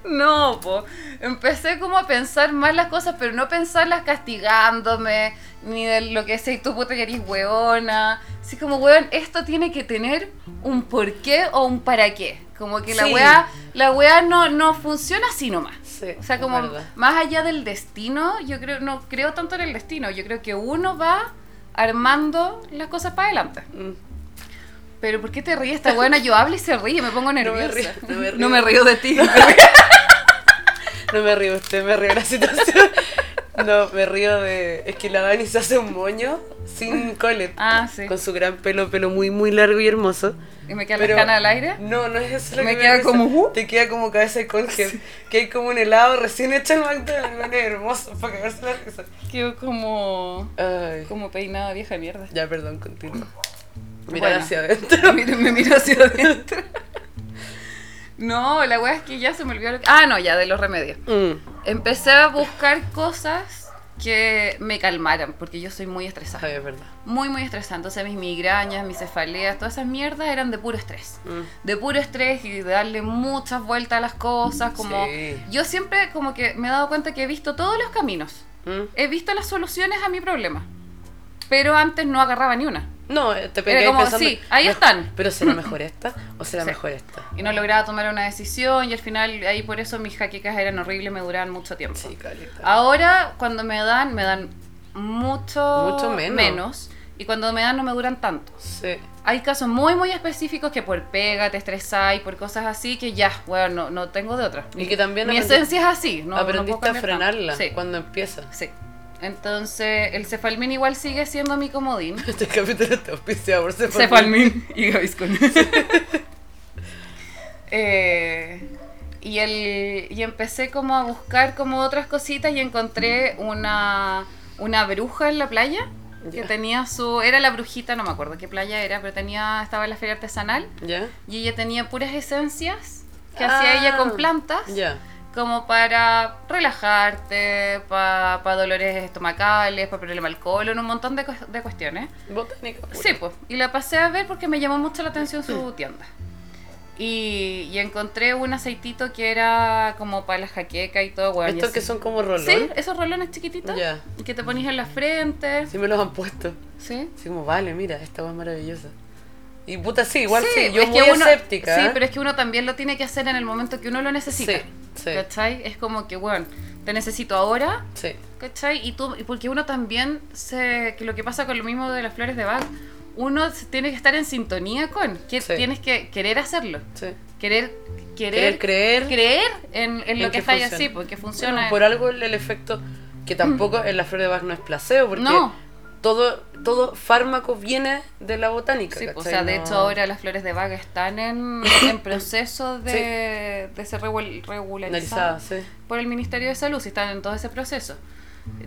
No, po. Empecé como a pensar más las cosas, pero no pensarlas castigándome, ni de lo que sé, tú puta que eres hueona. Así como, hueón, esto tiene que tener un porqué o un para qué. Como que la Sí. weá, la weá no, no funciona así nomás. Sí, O sea, es como verdad. más allá del destino, yo creo, no creo tanto en el destino, yo creo que uno va armando las cosas para adelante. Mm. Pero ¿por qué te ríes? Está buena, yo hablo y se ríe, me pongo río, nerviosa. no me río. de ti. No me río de usted, me río de la situación. No, me río de. Es que la Dani se hace un moño sin colet. Ah, sí. Con su gran pelo, pelo muy, muy largo y hermoso. Y me quedan Pero- las canas al aire. No, no es eso lo Me que queda da risa. como, uh. ¿who? Te queda como cabeza de Colgate. Que hay como un helado recién hecho en McDonald's. bueno, es hermoso para cagarse la risa. Quedo como. Ay. como peinado vieja mierda. Ya, perdón, continúa. Mira Mm. Bueno. hacia adentro. Miro- me miro hacia adentro. No, la weá es que ya se me olvidó lo que. Ah, no, ya, de los remedios. Mm, Empecé a buscar cosas que me calmaran, porque yo soy muy está estresada. bien, es verdad. Muy, muy estresada. Entonces mis migrañas, mis cefaleas, todas esas mierdas eran de puro estrés. Mm. de puro estrés y de darle muchas vueltas a las cosas, como Sí. yo siempre como que me he dado cuenta que he visto todos los caminos, Mm. he visto las soluciones a mi problema, pero antes no agarraba ni una No, eh, te pegué como, pensando. sí, ahí "Me- están". Pero será mejor esta o será Sí. mejor esta. y no lograba tomar una decisión y al final ahí por eso mis jaquecas eran horribles, me duraban mucho tiempo. Sí, caleta. Ah. Ahora cuando me dan, me dan mucho, Mucho menos. y cuando me dan no me duran tanto. Sí. Hay casos muy muy específicos que por pega te estresáis, por cosas así que ya, bueno, no, no tengo de otra. Y que también Mi aprendí- esencia es así, no no puedo Aprendiste a cambiar tanto. frenarla Sí, cuando empieza. sí. Entonces, el cefalmin igual sigue siendo mi comodín. Este capítulo está auspiciado por Cefalmin. Cefalmin y Gaviscon. Eh, y, el, y empecé como a buscar como otras cositas y encontré una, una bruja en la playa que Ya. tenía su... Era la brujita, no me acuerdo qué playa era, pero tenía estaba en la feria artesanal ¿Ya? y ella tenía puras esencias que Ah, hacía ella con plantas Ya. como para relajarte, para dolores estomacales, para problemas al colon, un montón de, cues- de cuestiones. Botánica. pura. Mm. Sí, pues. Y la pasé a ver porque me llamó mucho la atención su tienda. Y, y encontré un aceitito que era como para la jaqueca y todo, weón. y Estos así. que son como rolón. Sí, esos rolones chiquititos Ya. que te ponías en la frente. Sí me los han puesto. Sí. Así como, vale, mira, esta va maravillosa. Y puta, sí, igual Sí, sí, yo es muy que uno- escéptica. Sí, ¿eh? pero es que uno también lo tiene que hacer en el momento que uno lo necesita. Sí, sí. ¿Cachai? Es como que, bueno, te necesito ahora, Sí. ¿Cachai? Y tú, y porque uno también se. que lo que pasa con lo mismo de las flores de Bach, uno se tiene que estar en sintonía con. Que Sí. Tienes que querer hacerlo. sí. Querer. Querer Querer, creer. creer en, en en lo que, que está ahí funciona. así, porque funciona. Bueno, por algo el, el efecto que tampoco en la flor de Bach no es placebo, porque No. todo, todo fármaco viene de la botánica. Sí, pues, o ¿cachai? sea, de No- hecho ahora las flores de vaca están en, en proceso de, de ser regul- Analizada, regularizadas sí. por el Ministerio de Salud, si están en todo ese proceso.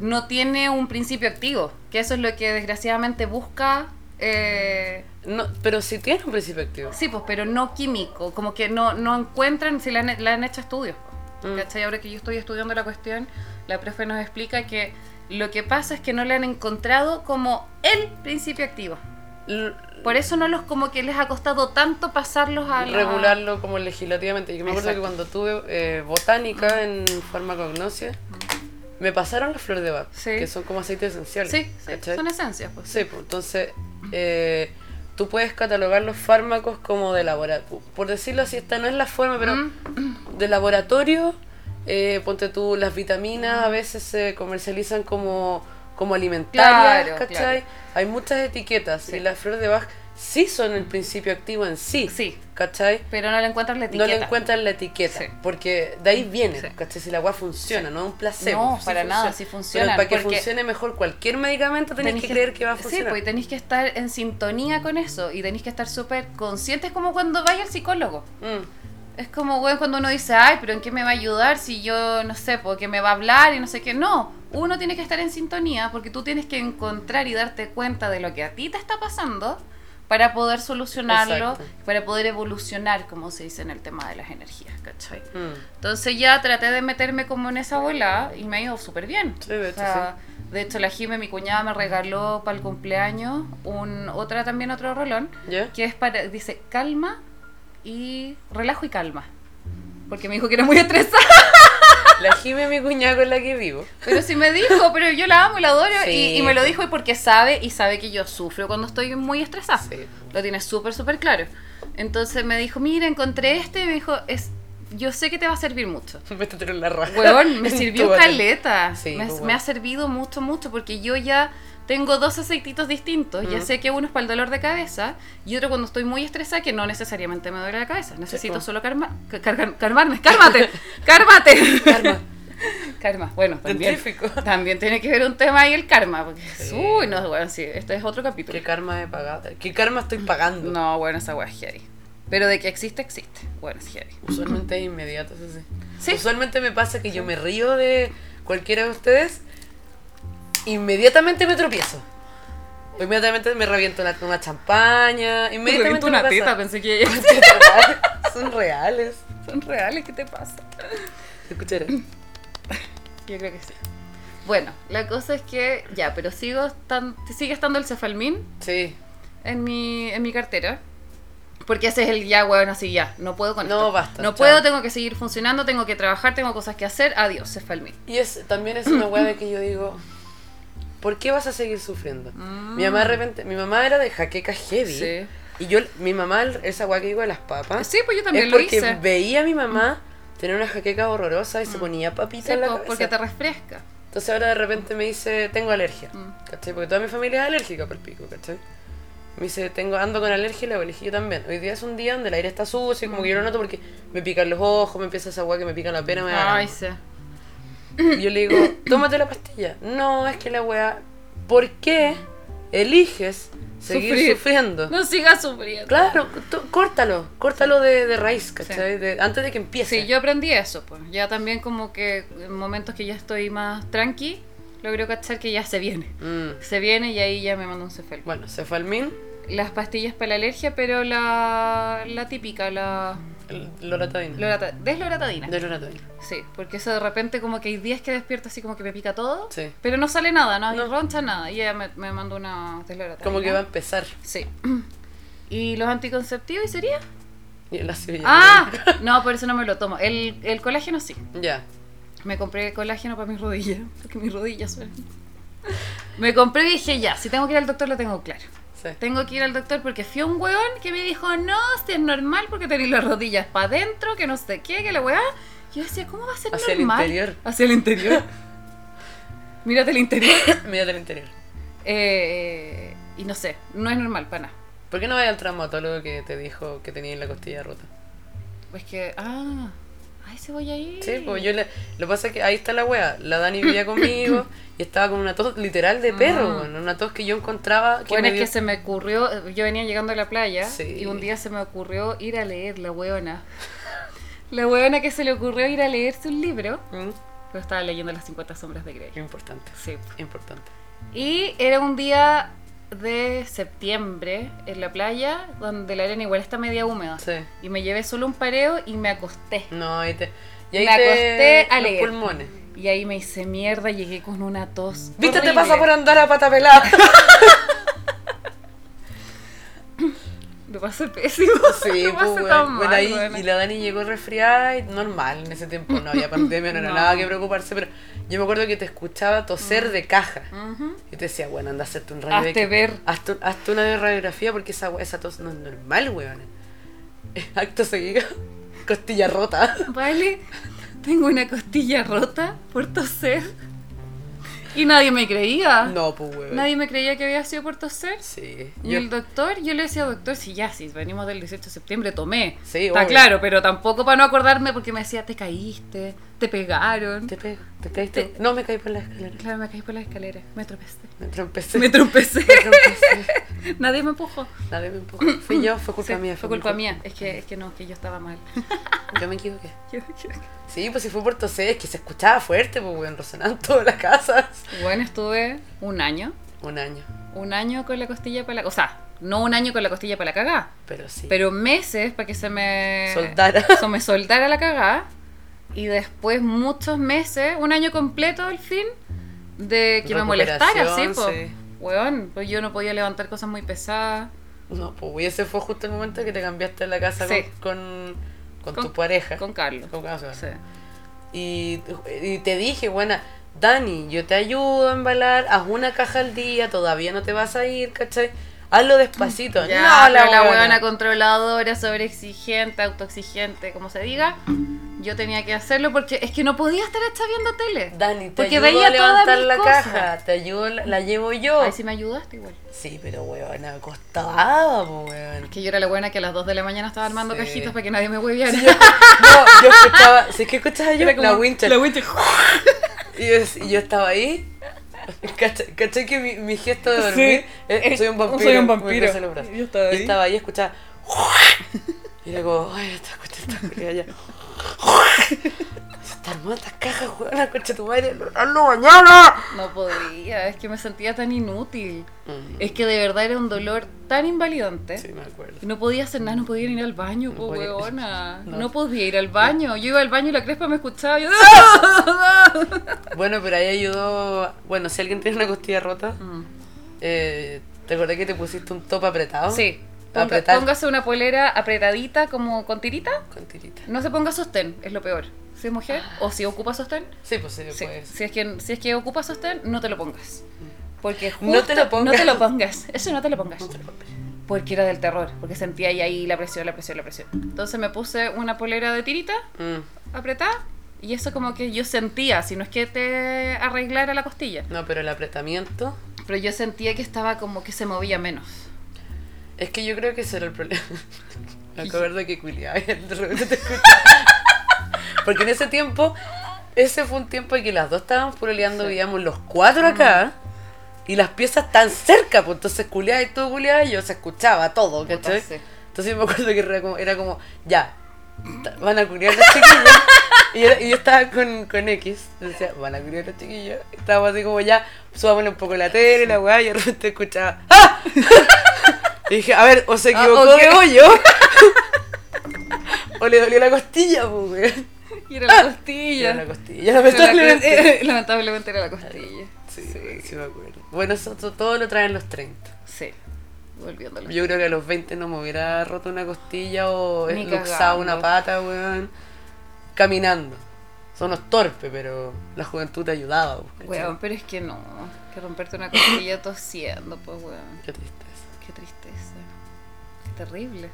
No tiene un principio activo, que eso es lo que desgraciadamente busca, eh, No, pero si tiene un principio activo. sí, pues, pero no químico, como que no, no encuentran si le han, le han hecho estudios. Mm. ¿Cachai? Ahora que yo estoy estudiando la cuestión, la profe nos explica que lo que pasa es que no le han encontrado como el principio activo. L- Por eso no los como que les ha costado tanto pasarlos a la... regularlo como legislativamente. Yo me acuerdo Ah. Exacto. que cuando tuve eh, botánica en farmacognosia, me pasaron las flores de Bach, Sí. que son como aceites esenciales. Sí, sí, ¿cachai? son esencias, pues. Sí, pues, entonces eh, tú puedes catalogar los fármacos como de laboratorio. Por decirlo así, esta no es la forma, pero Mm. de laboratorio, eh, ponte tú, las vitaminas a veces se comercializan como, como alimentarias, Claro, ¿cachai? Hay muchas etiquetas y las flores de Bach sí son el principio activo en sí, Sí. ¿cachai? Pero no le encuentran la etiqueta. No le encuentran la etiqueta, Sí. porque de ahí viene, Sí. ¿cachai? Si la agua funciona, no es un placebo. No, sí para nada, sí Pero funciona, para que porque- funcione mejor cualquier medicamento tenés, Tenés que creer que va a funcionar. Sí, pues y tenéis que estar en sintonía con eso y tenéis que estar súper conscientes como cuando vais al psicólogo. Mm. Es como, güey, cuando uno dice, ay, pero ¿en qué me va a ayudar si yo, no sé, porque me va a hablar y no sé qué? No, uno tiene que estar en sintonía porque tú tienes que encontrar y darte cuenta de lo que a ti te está pasando para poder solucionarlo, Exacto. para poder evolucionar, como se dice en el tema de las energías, ¿cachai? Mm. Entonces ya traté de meterme como en esa bola y me ha ido súper bien. Sí, de hecho, de hecho, la Jime, mi cuñada, me regaló para el cumpleaños un, otra también, otro rolón, ¿Ya? que es para, dice, calma y relajo y calma. Porque me dijo que era muy estresada. La Jime, mi cuñada con la que vivo. Pero sí me dijo, pero yo la amo y la adoro. Sí, y, y me lo dijo y porque sabe y sabe que yo sufro cuando estoy muy estresada. Sí. Lo tiene súper, súper claro. Entonces me dijo, mira, encontré este y me dijo, es, yo sé que te va a servir mucho. Me está tirando la raja. Huevón, me En sirvió tu botella. caleta. Sí, me, pues, me bueno. ha servido mucho, mucho, porque yo ya tengo dos aceititos distintos. Ya Mm. sé que uno es para el dolor de cabeza y otro cuando estoy muy estresada, que no necesariamente me duele la cabeza. Necesito pues. solo calmar, calmarme. ¡Cálmate! ¡Cálmate! Karma. Karma, bueno, también. Científico. También tiene que ver un tema ahí el karma, porque Sí. uy, no, bueno, sí, este es otro capítulo. ¿Qué karma he pagado? ¿Qué karma estoy pagando? No, bueno, esa weá es heavy. Pero de que existe, existe. Bueno, es heavy. Usualmente es inmediato, eso sí. Sí. Usualmente me pasa que yo me río de cualquiera de ustedes, inmediatamente me tropiezo. O Inmediatamente me reviento una, una champaña. Inmediatamente me una pasa. teta, pensé que ellas Son reales. son reales, ¿qué te pasa? Escucharé. Yo creo que sí. Bueno, la cosa es que ya, pero sigo estan- sigue estando el cefalmín Sí. en mi, en mi cartera. Porque ese es el ya, weón, así ya. No puedo con No, esto. basta, No chao. puedo, tengo que seguir funcionando, tengo que trabajar, tengo cosas que hacer. Adiós, cefalmín. Y es, también es una weá de que yo digo, ¿por qué vas a seguir sufriendo? Mi mamá de repente, mi mamá era de jaqueca heavy. Mm. Sí. Y yo, mi mamá, esa weá que digo de las papas, Sí, pues yo también Ah. es lo porque hice. Mm. veía a mi mamá tener una jaqueca horrorosa y se ponía papita Sí, en la po, cabeza. porque te refresca. Entonces ahora de repente me dice, tengo alergia. Mm. ¿Cachai? Porque toda mi familia es alérgica por pico, ¿cachai? Me dice, tengo, ando con alergia y la alergia yo también. Hoy día es un día donde el aire está sucio y como que Mm. yo lo noto porque me pican los ojos, me empieza esa weá que me pica la pena, me da Ay, grano. sí. Y yo le digo, tómate la pastilla. No, es que la weá, ¿por qué eliges seguir Sufrir. sufriendo? No sigas sufriendo. Claro, tú- córtalo, córtalo de, de raíz, ¿cachai? De- antes de que empiece. Sí, yo aprendí eso, pues. Ya también como que en momentos que ya estoy más tranqui, logro cachar que ya se viene. Mm. Se viene y ahí ya me mando un cefalmín. Bueno, cefalmin, Las pastillas para la alergia, pero la, la típica, la el- loratadina. lorata- desloratadina. de loratadina. Sí, porque eso de repente como que hay días que despierto así como que me pica todo, Sí. pero no sale nada, no, No. no. roncha nada. Y ella me, me manda una desloratadina. Como que va a empezar. Sí. ¿Y los anticonceptivos y sería? Y la cebolla. ¡Ah! No, por eso no me lo tomo. El, el colágeno sí. Ya. Me compré colágeno para mis rodillas, porque mis rodillas suenan. Me compré y dije, ya, si tengo que ir al doctor lo tengo claro. Sí. Tengo que ir al doctor porque fui a un weón que me dijo, no, si es normal porque tenéis las rodillas para adentro, que no sé qué, que la weá. Yo decía, ¿cómo va a ser Hacia el normal? interior. Hacia el interior. Mírate el interior. Mira del interior. Eh, y no sé, no es normal para nada. ¿Por qué no vayas al traumatólogo que te dijo que tenía la costilla rota? Es que, ah, Ay, se voy a ir. Sí, pues yo le, lo que pasa es que ahí está la wea. La Dani vivía conmigo y estaba con una tos literal de perro, Mm. weón, una tos que yo encontraba que Bueno, me es dio- que se me ocurrió, yo venía llegando a la playa Sí. y un día se me ocurrió ir a leer la weona. La weona que se le ocurrió ir a leerse un libro, Mm, pero estaba leyendo Las 50 sombras de Grey. Importante, Sí. importante. Y era un día de septiembre en la playa, donde la arena igual está media húmeda. Sí. Y me llevé solo un pareo y me acosté. No, ahí te. Y ahí Me te- acosté a los leer. pulmones. Y ahí me hice mierda, llegué con una tos. Viste, te horrible. pasa por andar a pata pelada. Me pasé pésimo. Sí, Me pues, pasé bueno, tan bueno, mal, ahí, weona. y la Dani llegó resfriada y normal en ese tiempo, no había pandemia, no era No. nada que preocuparse, pero yo me acuerdo que te escuchaba toser de caja. Ujú. Y te decía, bueno, anda a hacerte un Hazte radiografía. ver. Hazte, hazte una radiografía porque esa, we- esa tos no es normal, weón. Acto seguido, costilla rota. Vale, tengo una costilla rota por toser. Y nadie me creía. No, pues, weón. Ah. Nadie me creía que había sido por toser. Sí. Y Yo- el doctor, yo le decía, doctor, si ya, si venimos del 18 de septiembre, tomé. Sí, Está obvio. claro, pero tampoco para no acordarme porque me decía, te caíste, te pegaron. Te pego, te caíste. No, me caí por la escalera. Claro, me caí por las escaleras, me tropecé. Me trompecé. Me trompecé. Me trompecé. Nadie me empujó. Nadie me empujó. Fui yo, fue culpa Sí, mía. Fue mi culpa mía. Es que, es que no, que yo estaba mal. Yo me equivoqué. Yo- yo- Sí, pues si fue por toser, es que se escuchaba fuerte, pues, weón, resonaban todas las casas. Bueno, estuve un año. Un año, Un año con la costilla para la... O sea, no un año con la costilla para la cagada. pero sí. pero eh, meses para que se me Soltara. se me soltara la cagada y después muchos meses un año completo al fin de que me molestara sí, Recuperación, po. sí. Weón, pues yo no podía levantar cosas muy pesadas No, pues, güey, ese fue justo el momento que te cambiaste la casa Sí. con, con, con Con- tu pareja. con Carlos Eh, Con Carlos. Sí. Y, y te dije, bueno, Dani, yo te ayudo a embalar, haz una caja al día, todavía no te vas a ir, ¿cachai? Hazlo despacito. Ya, no, pero huevona. la huevona controladora, sobreexigente, autoexigente, como se diga, yo tenía que hacerlo porque es que no podía estar hecha viendo tele. Dani, te Porque ayudo veía a levantar todas mis la cosas. caja, te ayudo, la, la llevo yo. Ahí sí me ayudaste igual. Sí, pero pues, huevona, costaba, po, huevón. Que yo era la buena que a las 2 de la mañana estaba armando Sí. cajitas para que nadie me hueviera. No, yo escuchaba, si es que escuchaba yo Era como- la Winter. La Winter. Y yo, y yo estaba ahí. Caché, caché que mi, mi gesto de dormir es, soy un vampiro. soy un me vampiro. crucé los brazos. Yo estaba Y ahí. estaba ahí, escuchaba. Y era como, ay, esta cuestión está culiada ya. Se están armando estas cajas, weón, la concha de tu madre. ¡Hazlo mañana! No podía, es que me sentía tan inútil. Mm, Es que de verdad era un dolor tan invalidante. sí, me acuerdo. No podía hacer nada, no podía ir al baño, po, podía- huevona. no. No. podía ir al baño. Yo iba al baño y la crespa me escuchaba. Yo... Bueno, pero ahí ayudó. Bueno, si alguien tiene una costilla rota, Mm. eh, ¿te acordás que te pusiste un top apretado? Sí. Ponga- Oh, Apretar. póngase una polera apretadita como con tirita. Con tirita. No se ponga sostén, es lo peor. Si es mujer o si ocupa sostén, Sí, pues sí, Sí, pues. Si es que si es que ocupas sostén, no te lo pongas. Porque No te lo justo- pongas. No te lo pongas. Eso no te lo pongas. No te lo pongas. Porque era del terror. Porque sentía ahí, ahí la presión, la presión, la presión. Entonces me puse una polera de tirita, Mm. apretada. Y eso como que yo sentía, si no es que te arreglara la costilla. No, pero el apretamiento. Pero yo sentía que estaba como que se movía menos. Es que yo creo que ese era el problema. Me acuerdo que culiaba y de repente te escuchaba. Porque en ese tiempo, ese fue un tiempo en que las dos estábamos puroleando, Sí. vivíamos los cuatro acá. Y las piezas tan cerca, pues entonces culiaba y tú culiaba y yo se escuchaba todo, ¿cachai? Puta, sí. Entonces yo me acuerdo que era como, era como ya, ta- van a culiar los chiquillos. Y era- y yo, estaba con, con X, decía, van a culiar los chiquillos. Estábamos así como ya, subámosle un poco la tele, la weá, y de repente escuchaba, ¡Ah! Y dije, a ver, o se Ah, equivocó ok. de hoyo. o le dolió la costilla, pues, weón. Y era la Y Ah, era la costilla. costilla, Era la- lamentablemente. eh, Lamentablemente era la costilla. Sí, sí me acuerdo. Bueno, eso to- todo lo traen los 30. Sí. Volviéndolo. Yo creo que a los 20 no me hubiera roto una costilla o eh, Ni luxado cagando. una pata, weón. Caminando. Somos torpes, pero la juventud te ayudaba, weón. ¿cachai? Weón, pero es que no. Que romperte una costilla tosiendo, pues weón. Qué tristeza. Qué tristeza. Qué terrible.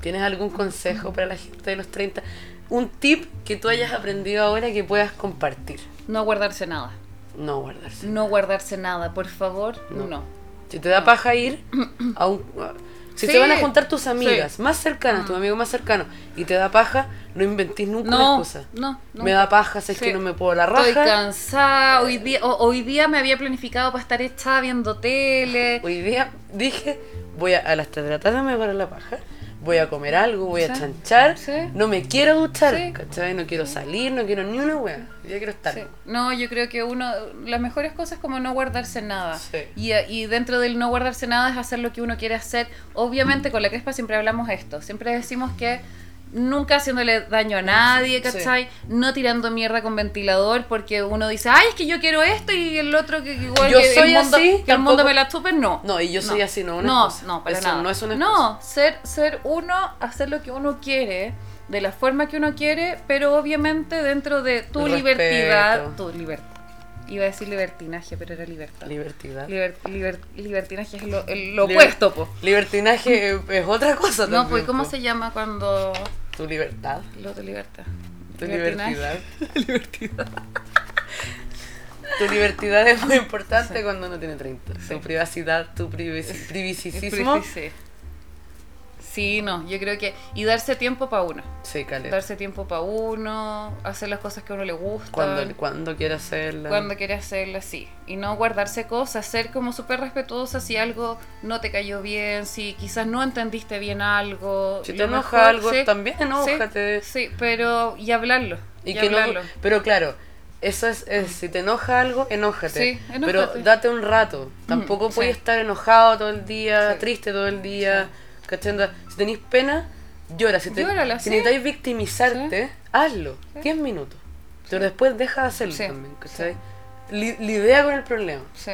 ¿Tienes algún consejo para la gente de los 30? Un tip que tú hayas aprendido ahora que puedas compartir. No guardarse nada. No guardarse. No guardarse nada, por favor, No. no. Si te da paja ir a un... Si Sí. se van a juntar tus amigas Sí. Mm. más cercanas, tus amigos más cercanos, y te da paja, no inventís nunca una No, excusa. no, no. Me da paja, si es que no me puedo la raja. Estoy cansada. Hoy día, o- hoy día me había planificado para estar echada viendo tele. Hoy día dije, voy a, a las 3 de la tarde me voy a parar la paja, voy a comer algo, voy a Sí. chanchar, Sí. no me quiero duchar, Sí. ¿cachai? No quiero salir, no quiero ni una wea, ya quiero estar. Sí. No, yo creo que uno, las mejores cosas es como no guardarse nada. Sí. Y, y dentro del no guardarse nada es hacer lo que uno quiere hacer. Obviamente con la crespa siempre hablamos esto, siempre decimos que nunca haciéndole daño a nadie, ¿cachai? No tirando mierda con ventilador porque uno dice, ay, es que yo quiero esto y el otro que igual Yo que soy el mundo, así, que el tampoco- mundo me la chupe, no. No, y yo soy así, no es una No, excusa. no, para Eso nada. no es una No, ser, ser uno, hacer lo que uno quiere, de la forma que uno quiere, pero obviamente dentro de tu El libertad, respeto. tu libertad. Iba a decir libertinaje, pero era libertad. Libertad. Liber- liber- libertinaje es lo, el- lo Liber- opuesto, po. Libertinaje es- es otra cosa No, también, pues ¿cómo po. se llama cuando Tu libertad. lo de libertad? Tu Libertinaje. libertad. Tu libertad es muy importante cuando uno tiene 30. Tu privacidad, tu privaci- privicicismo. Sí. Sí, no, yo creo que... Y darse tiempo para uno. Sí, caleta. Darse tiempo para uno, hacer las cosas que a uno le gustan. Cuando, cuando quiera hacerla. cuando quiere hacerlo así y no guardarse cosas, ser como súper respetuosa si algo no te cayó bien, si quizás no entendiste bien algo. Si te lo enoja mejor- algo, sí, también sí, enójate. Sí, pero y hablarlo. Y Y, que no- hablarlo. pero claro, eso es, es, si te enoja algo, enójate. Sí, enójate. Pero date un rato. Tampoco sí. puedes estar enojado todo el día, Sí. triste todo el día. ¿cachai? Onda, Si tenéis pena, llora. Si, te, Llórala, si sí. necesitáis victimizarte, hazlo. 10 minutos. Pero después deja de hacerlo Sí, también. ¿cachai? Li- lidia con el problema. Sí.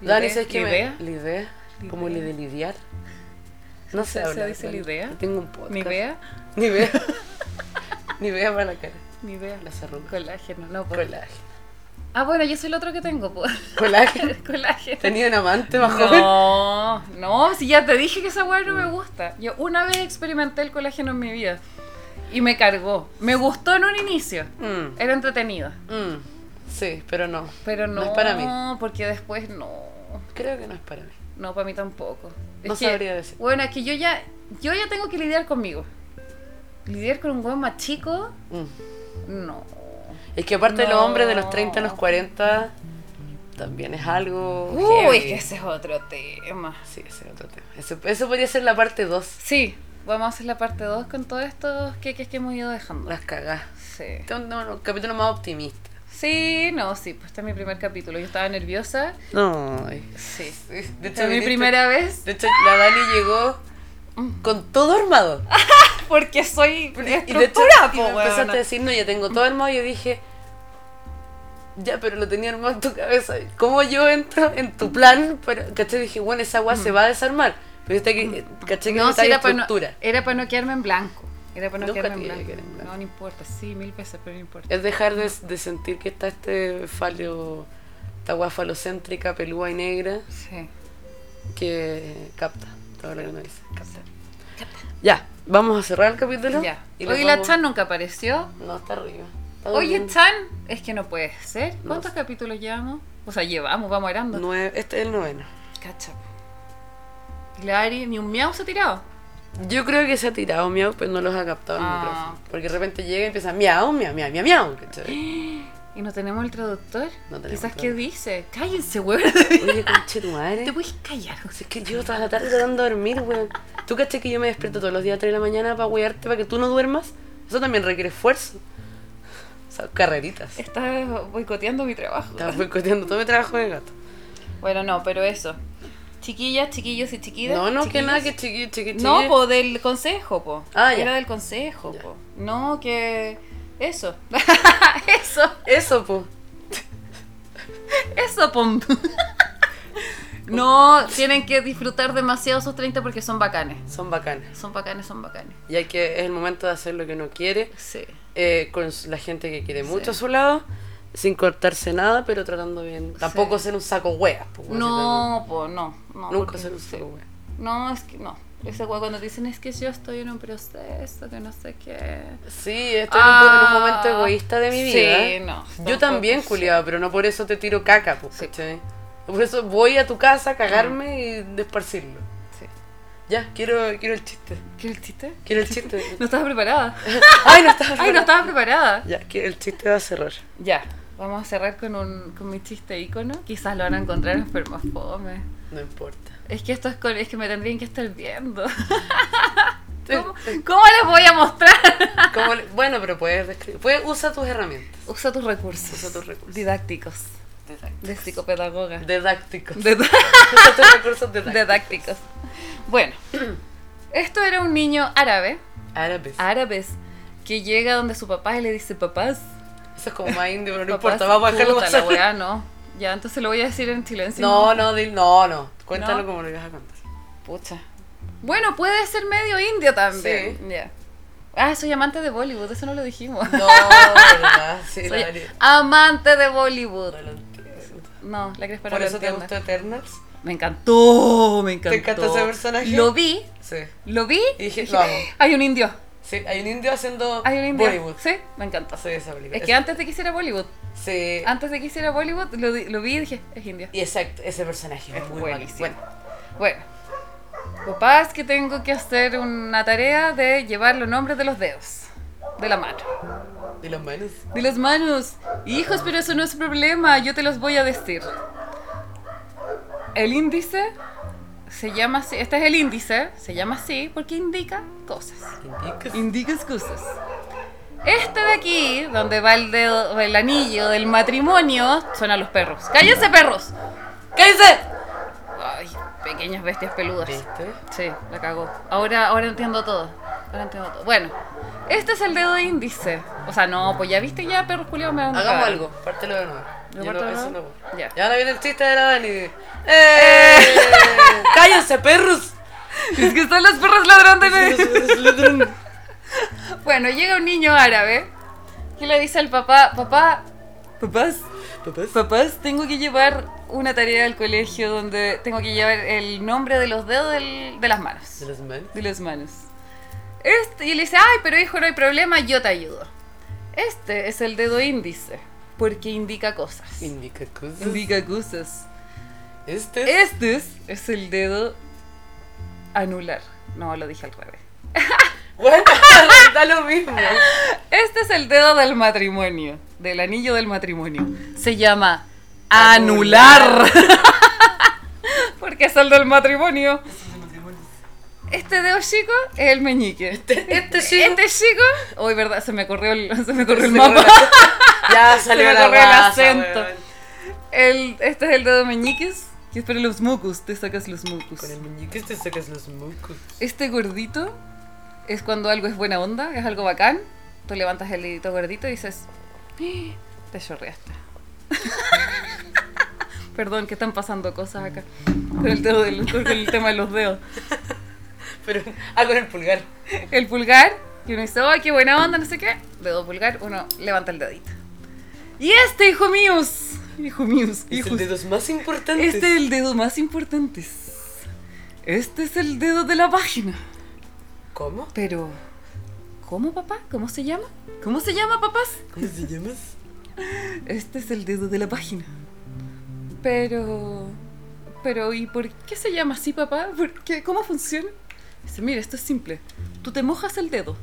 Dani, Lidea- ¿sabes qué? me- lidea. Lidea. Como li de lidiar. No sé ¿Se- se hablar, dice Dani. lidea? Tengo un podcast. Ni vea, Ni vea. Ni vea para la cara. ni vea. Las arrugas. Colágeno, no. po. Colágeno. Ah, bueno, yo soy el otro que tengo, pues. Colágeno. Colágeno. Tenía un amante bajo. No, no, si ya te dije que esa weá no me gusta. Yo una vez experimenté el colágeno en mi vida y me cargó. Me gustó en un inicio, Mm, era entretenido, mm. Sí, pero no. pero no, No es para mí. porque después no, Creo que no es para mí. no para mí tampoco. No que, sabría decir. Bueno, es que yo ya, yo ya tengo que lidiar conmigo. Lidiar con un weón más chico, Mm. no. Es que aparte de los No. hombres de los 30 a los 40, también es algo. Uy, heavy. es que ese es otro tema. Sí, ese es otro tema. Eso, eso podría ser la parte 2. Sí, vamos a hacer la parte 2 con todos estos queques que hemos ido dejando. Las cagadas. Sí. Este es un, un capítulo más optimista. Sí, no, sí, pues este es mi primer capítulo. Yo estaba nerviosa. No. Sí. De Esta hecho, es mi viniste- primera vez De hecho, la Dani llegó con todo armado. porque soy Y de hecho, estructura, y po, me empezaste Ah, Pues, weona. a decir, no, ya tengo todo armado. Y yo dije, ya, pero lo tenía armado en tu cabeza. ¿Cómo yo entro en tu plan? Pero, ¿cachai? Dije, bueno, esa agua se va a desarmar. Pero está que, ¿cachai? Que Mm. No, no, sí, está era para no, estructura. era para no quedarme en blanco. Era para no Nunca quedarme te en iba a blanco. quedar en blanco. No, no importa. Sí, mil veces, pero no importa. Es dejar de, de sentir que está este falio, esta agua falocéntrica, pelúa y negra, Sí. que capta. Todo lo que uno dice, capta. Ya, vamos a cerrar el capítulo. Ya. Y Oye, les la vamos- Chan nunca apareció. No, está arriba. Está Oye, durmiendo. Chan, es que no puede ser. No ¿Cuántos sé. capítulos llevamos? O sea, llevamos, vamos orando. Nueve- este es el noveno. Cacha. Y la Ari, ni un miau se ha tirado. Yo creo que se ha tirado miau, pero no los ha captado el Ah. micrófono. Porque de repente llega y empieza miau, miau, miau, miau, miau. ¿cachai? Y no tenemos el traductor. No tenemos Quizás traductor. qué dice. Cállense, weón. Oye, conche tu madre. Te puedes callar. Si es que yo toda la tarde tratando de dormir, weón. ¿Tú caché que yo me despierto todos los días a 3 de la mañana para wearte, para que tú no duermas? Eso también requiere esfuerzo. O sea, carreritas. Estás boicoteando mi trabajo. Estaba boicoteando todo mi trabajo de gato. Bueno, no, pero eso. Chiquillas, chiquillos y chiquitas. No, no, que chiquillos. nada, que chiqui, chiqui, chiqui. No, po, del consejo, po. Ah, ya. Era del consejo, Ya. po. No, que. Eso. eso. Eso, po. Eso, po. no, tienen que disfrutar demasiado sus 30 porque son bacanes. Son bacanas. Son bacanes, son bacanes. Y hay que, es el momento de hacer lo que uno quiere. Sí. eh, con s- la gente que quiere mucho a su lado, sin cortarse nada, pero tratando bien. Tampoco ser un saco hueas. po, weón, No, po, no. si no te- Nunca porque- ser un sí. saco hueas. No, es que no. Ese güey cuando dicen es que yo estoy en un proceso, que no sé qué. Sí, estoy en un po- en un momento Ah, egoísta de mi sí, vida. no, Yo tampoco, también, sí. culiado, pero no por eso te tiro caca. pues, po, Sí. ¿cachai? Por eso voy a tu casa a cagarme y desparcirlo. Sí. Ya, quiero, quiero el chiste. ¿Qué el chiste? Quiero el chiste. No estaba preparada. Ay, no estaba. Ay, no estaba preparada. Ya, quiero- el chiste va a cerrar. Ya, vamos a cerrar con, un, con mi chiste ícono. Quizás lo van a encontrar enfermos fome. No importa. Es que esto es, con- es que me tendrían que estar viendo. ¿Cómo, cómo les voy a mostrar? ¿Cómo le- Bueno, pero puedes describir. Puedes, usa tus herramientas. Usa tus recursos. Usa tus recursos. Didácticos. De psicopedagoga. Didácticos. De- Usa tus recursos didácticos. didácticos. Bueno, esto era un niño árabe, Árabes. árabes, que llega donde su papá y le dice, papás, Eso es como más indio, pero no papás, importa. Vamos a dejarlo puta, la pasar. weá, no. Ya, entonces lo voy a decir en silencio. No, no, Dil, no, no. Cuéntalo No. como lo ibas a contar. Pucha. Bueno, puede ser medio indio también. Sí. Ya. Ah, soy amante de Bollywood, eso no lo dijimos. No, verdad. Sí, Soy la verdad. amante de Bollywood. No lo entiendo. No, la crees para Por eso te gustó Eternals. Me encantó, me encantó. ¿Te encanta ese personaje? Lo vi, Sí. lo vi. Y dije, lo amo. Hay un indio, Sí, hay un indio haciendo hay un indio. Bollywood. Sí, me encantó. Sí, esa película. Es que antes de que hiciera Bollywood, Sí. antes de que hiciera Bollywood, lo, di- lo vi y dije, es indio. Y exacto, ese personaje es Es muy buenísimo. buenísimo. Bueno, papás que tengo que hacer una tarea de llevar los nombres de los dedos, de la mano, ¿Y los manos? de las manos. Hijos, pero eso no es problema, yo te los voy a decir. El índice se llama así, este es el índice, se llama así porque indica cosas. Indicas. indica excusas. Este de aquí, donde va el dedo, el anillo del matrimonio, son a los perros. ¡Cállense, perros! ¡Cállense! Ay, pequeñas bestias peludas. ¿Viste? Sí, la cagó. Ahora, ahora entiendo todo. Ahora entiendo todo. Bueno, este es el dedo índice. O sea, no, pues ya viste ya, perros culiados me van a Hagamos cagar. algo, pártelo de nuevo. ¿Lo Yo parto no, de eso no. nuevo? Ya. Y ahora viene el chiste de la Dani. ¡Eh! ¡Cállense, perros! Es que están los perros ladrando en el- Pero Bueno, llega un niño árabe que le dice al papá, papá, papás, papás, tengo que llevar una tarea al colegio donde tengo que llevar el nombre de los dedos del- de las manos, los manos. de las manos. Este, y le dice, ay, pero hijo, no hay problema, yo te ayudo. Este es el dedo índice, porque indica cosas. Indica cosas. Indica cosas. Este es. Este es, es el dedo anular. No, lo dije al revés. Bueno, da lo mismo. Este es el dedo del matrimonio, del anillo del matrimonio. Se llama anular. Porque es el del matrimonio. Este dedo chico es el meñique. Este, chico. Este chico. Hoy, verdad, se me corrió el, se me corrió el mapa. Ya salió me la corrió el raza, acento. weón. El- este es el dedo meñiques. Que es para los mucus. Te sacas los mucus. Con el muñeco te sacas los mocos. Este gordito es cuando algo es buena onda, es algo bacán. Tú levantas el dedito gordito y dices, "Ah, te chorreaste. Perdón, que están pasando cosas acá. Con el, dedo del- con el tema de los dedos. Pero, ah, con el pulgar. El pulgar, que uno dice, ¡ay, qué buena onda! No sé qué. Dedo pulgar, uno levanta el dedito. Y este, hijo míos, hijo míos, Es hijos, el de los más importantes. este es el dedo más importante. Este es el dedo de la página. ¿Cómo? Pero, ¿cómo papá? ¿Cómo se llama? ¿Cómo se llama papás? ¿Cómo se llamas? Este es el dedo de la página. Pero, pero ¿y por qué se llama así papá? ¿Por qué? ¿Cómo funciona? Dice, mira, esto es simple. Tú te mojas el dedo,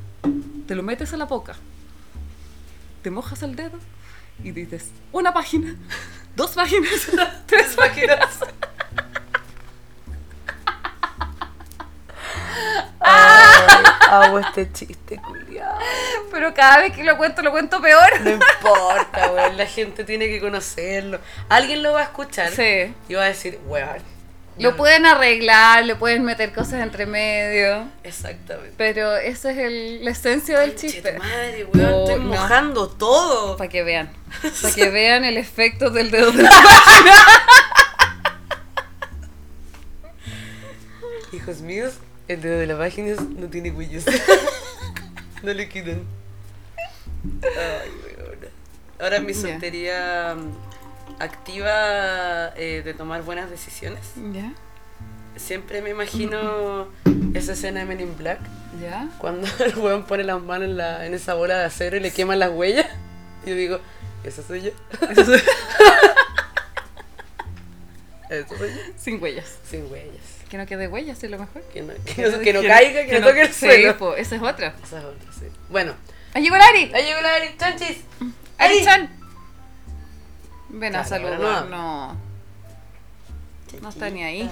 te lo metes a la boca, te mojas el dedo y dices, una página, dos páginas, tres páginas. Ah. Hago este chiste, culiado. Pero cada vez que lo cuento, lo cuento peor. No importa, weón. La gente tiene que conocerlo. Alguien lo va a escuchar Sí. y va a decir, weón. Lo pueden arreglar, le pueden meter cosas entre medio. Exactamente. Pero esa es el- la esencia del Chiste. chiste. Madre, weón. No, estoy no. mojando todo. Para que vean. Para que vean el efecto del dedo de la página. Hijos míos, el dedo de la página no tiene huellas. no le quitan. Ay, weona. Ahora mi Ya. soltería mm, activa eh, de tomar buenas decisiones. ¿Ya? Siempre me imagino esa escena de Men in Black ¿Ya? cuando el weón pone las manos en, la- en esa bola de acero y le queman las huellas. Yo digo, esa soy yo. Eso soy yo. Sin huellas. Sin huellas. Que no quede huellas, es lo mejor. Que no, que no- que no caiga, que, no toque el sí, suelo. po, esa es otra. Esa es otra, sí. Bueno. ¡Ahí llegó el Ari! Ahí llegó la Ari, chanchis. Mm. ¡Ari ¡Ari! Chan! Ven a Claro, saludar. ahora No. No está ni ahí.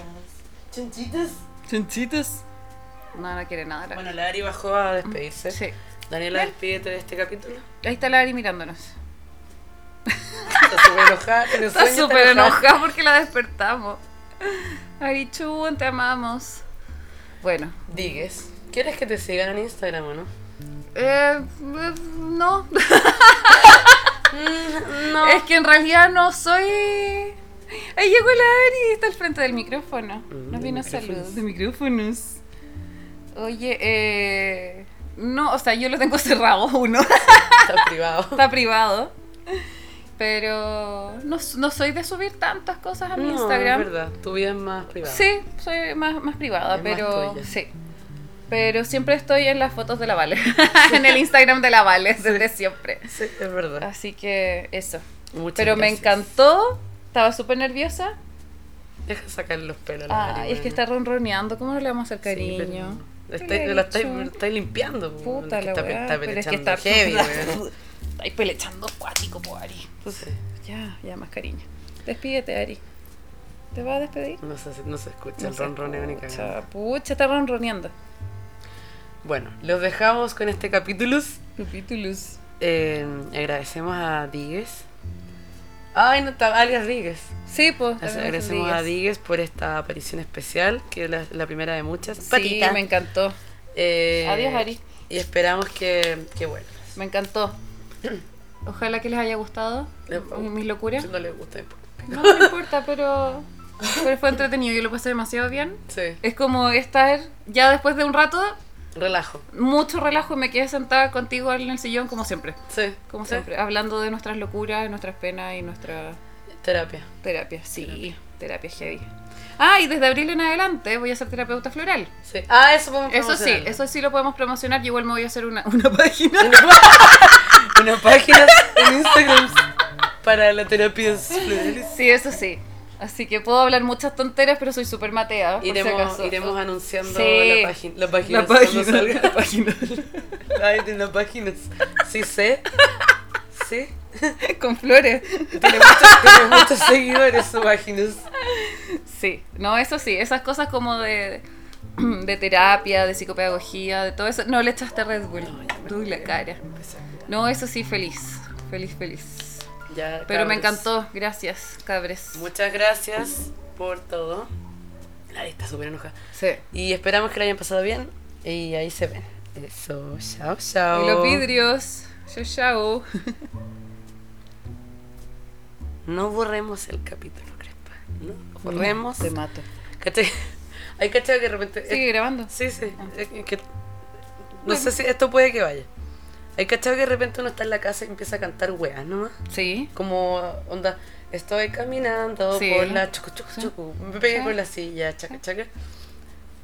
Chanchitas. Chanchitos. No, no quiere nada. la- Bueno, la Ari bajó a despedirse. Sí. Daniela, despídete de este capítulo. Ahí está la Ari mirándonos. Está súper enojada, tiene Está sueño, súper enojada porque la despertamos. Ari Chun, te amamos. Bueno. Digues, ¿quieres que te sigan en Instagram o no? Eh, eh, no. no. Es que en realidad no soy. Ahí llegó la Ari, está al frente del micrófono. Mm, Nos de vino a micrófonos. saludar. De micrófonos. Oye, eh. No, o sea, yo lo tengo cerrado uno. Está privado. está privado. Pero no, no soy de subir tantas cosas a mi No, Instagram. Es verdad, tu vida es más privada. Sí, soy más, más privada, Es más pero tuya. sí. Pero siempre estoy en las fotos de la Vale, en el Instagram de la Vale, desde siempre. Sí, es verdad. Así que eso. Muchas Ah, pero me gracias. encantó, estaba súper nerviosa. Deja sacar los pelos. a la Ah, Ari, y es que bueno. está ronroneando, ¿cómo no le vamos a hacer cariño? Sí, pero- Pero Estáis- le he la estáis, dicho. estáis limpiando. po, Puta es que la está, weá, está pero es que pelechando está heavy, weón. Está ahí pelechando cuático, po, Ari. Sí. Ya, ya, más cariño. Despídete, Ari. ¿Te vas a despedir? No se, no se escucha No el se ronroneo ni escucha. cagando. Pucha, está ronroneando. Bueno, los dejamos con este capítulo. Capítulos. Eh, agradecemos a Digues. Ay, no, está alias Digues. Sí, pues. Agradecemos a Digues por esta aparición especial, que es la, la primera de muchas. Sí, Patita. me encantó. Eh, Adiós, Ari. Y esperamos que, que vuelvas. Me encantó. Ojalá que les haya gustado Eh, mi- mis locuras. No le gusta. importa. No me importa, pero, pero fue entretenido. Yo lo pasé demasiado bien. Sí, Es como estar ya después de un rato, relajo. mucho relajo y me quedé sentada contigo en el sillón como siempre. Sí, Como sí. siempre, hablando de nuestras locuras, nuestras penas y nuestra Terapia. terapia. Sí, terapia, heavy. Ah, y desde abril en adelante voy a ser terapeuta floral. Sí. Ah, eso podemos Eso sí, promocionarlo. eso sí lo podemos promocionar. Yo igual me voy a hacer una, una página. Una página en Instagram para la terapia florales. Sí, eso sí. Así que puedo hablar muchas tonteras, pero soy súper matea. por si Iremos, acaso. iremos anunciando Sí. la, página la página. La página, La página. Ay, de las páginas. Sí sé. Sí. Con flores. Tiene muchos, tiene muchos seguidores su página. Sí, no, eso sí. Esas cosas como de, de terapia, de psicopedagogía, de todo eso. No le echaste Red Bull. Tú y la cara. No, eso sí, feliz. Feliz, feliz. Ya, Pero me cabros. encantó. Gracias, cabres. Muchas gracias por todo. Ay, está súper enojada. Sí. Y esperamos que lo hayan pasado bien. Y ahí se ven. Eso, chao, chao. Y los vidrios. Chao, chao. No borremos el capítulo, Crespa. No borremos. Te mato. ¿Cachai? Hay cachado que de repente. Sigue grabando. Sí, sí. es que- que- No sé si esto puede que vaya. Hay cachado que de repente uno está en la casa y empieza a cantar weas nomás. Sí. Como onda, estoy caminando Sí. por la chucu chucu chucu. Me pegué Sí. por la silla, chaca chaca.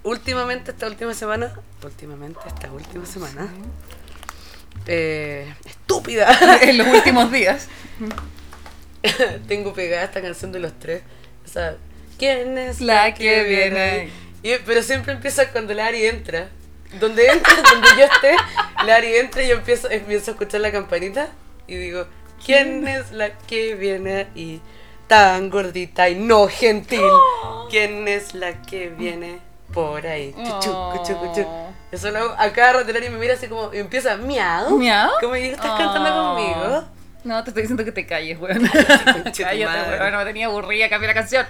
Últimamente, esta última semana. Últimamente, esta última semana. eh, estúpida. En los últimos días. Tengo pegada esta canción de los tres. O sea, ¿quién es La que viene? Y- pero siempre empieza cuando la Ari entra. Donde entra, donde yo esté, la Ari entra y yo empiezo, empiezo a escuchar la campanita y digo, ¿quién es la que viene ahí? Tan gordita y no gentil. ¡Oh! ¿Quién es la que viene por ahí? Chuchu, cuchu, cuchu. Oh. Eso lo hago a cada rato la Ari me mira así como y empieza miau. ¿Miau? Como y estás Oh. cantando conmigo. No, te estoy diciendo que te calles, weón. Conche tu Cállate, madre. weón. Me tenía aburrida cambiar la canción.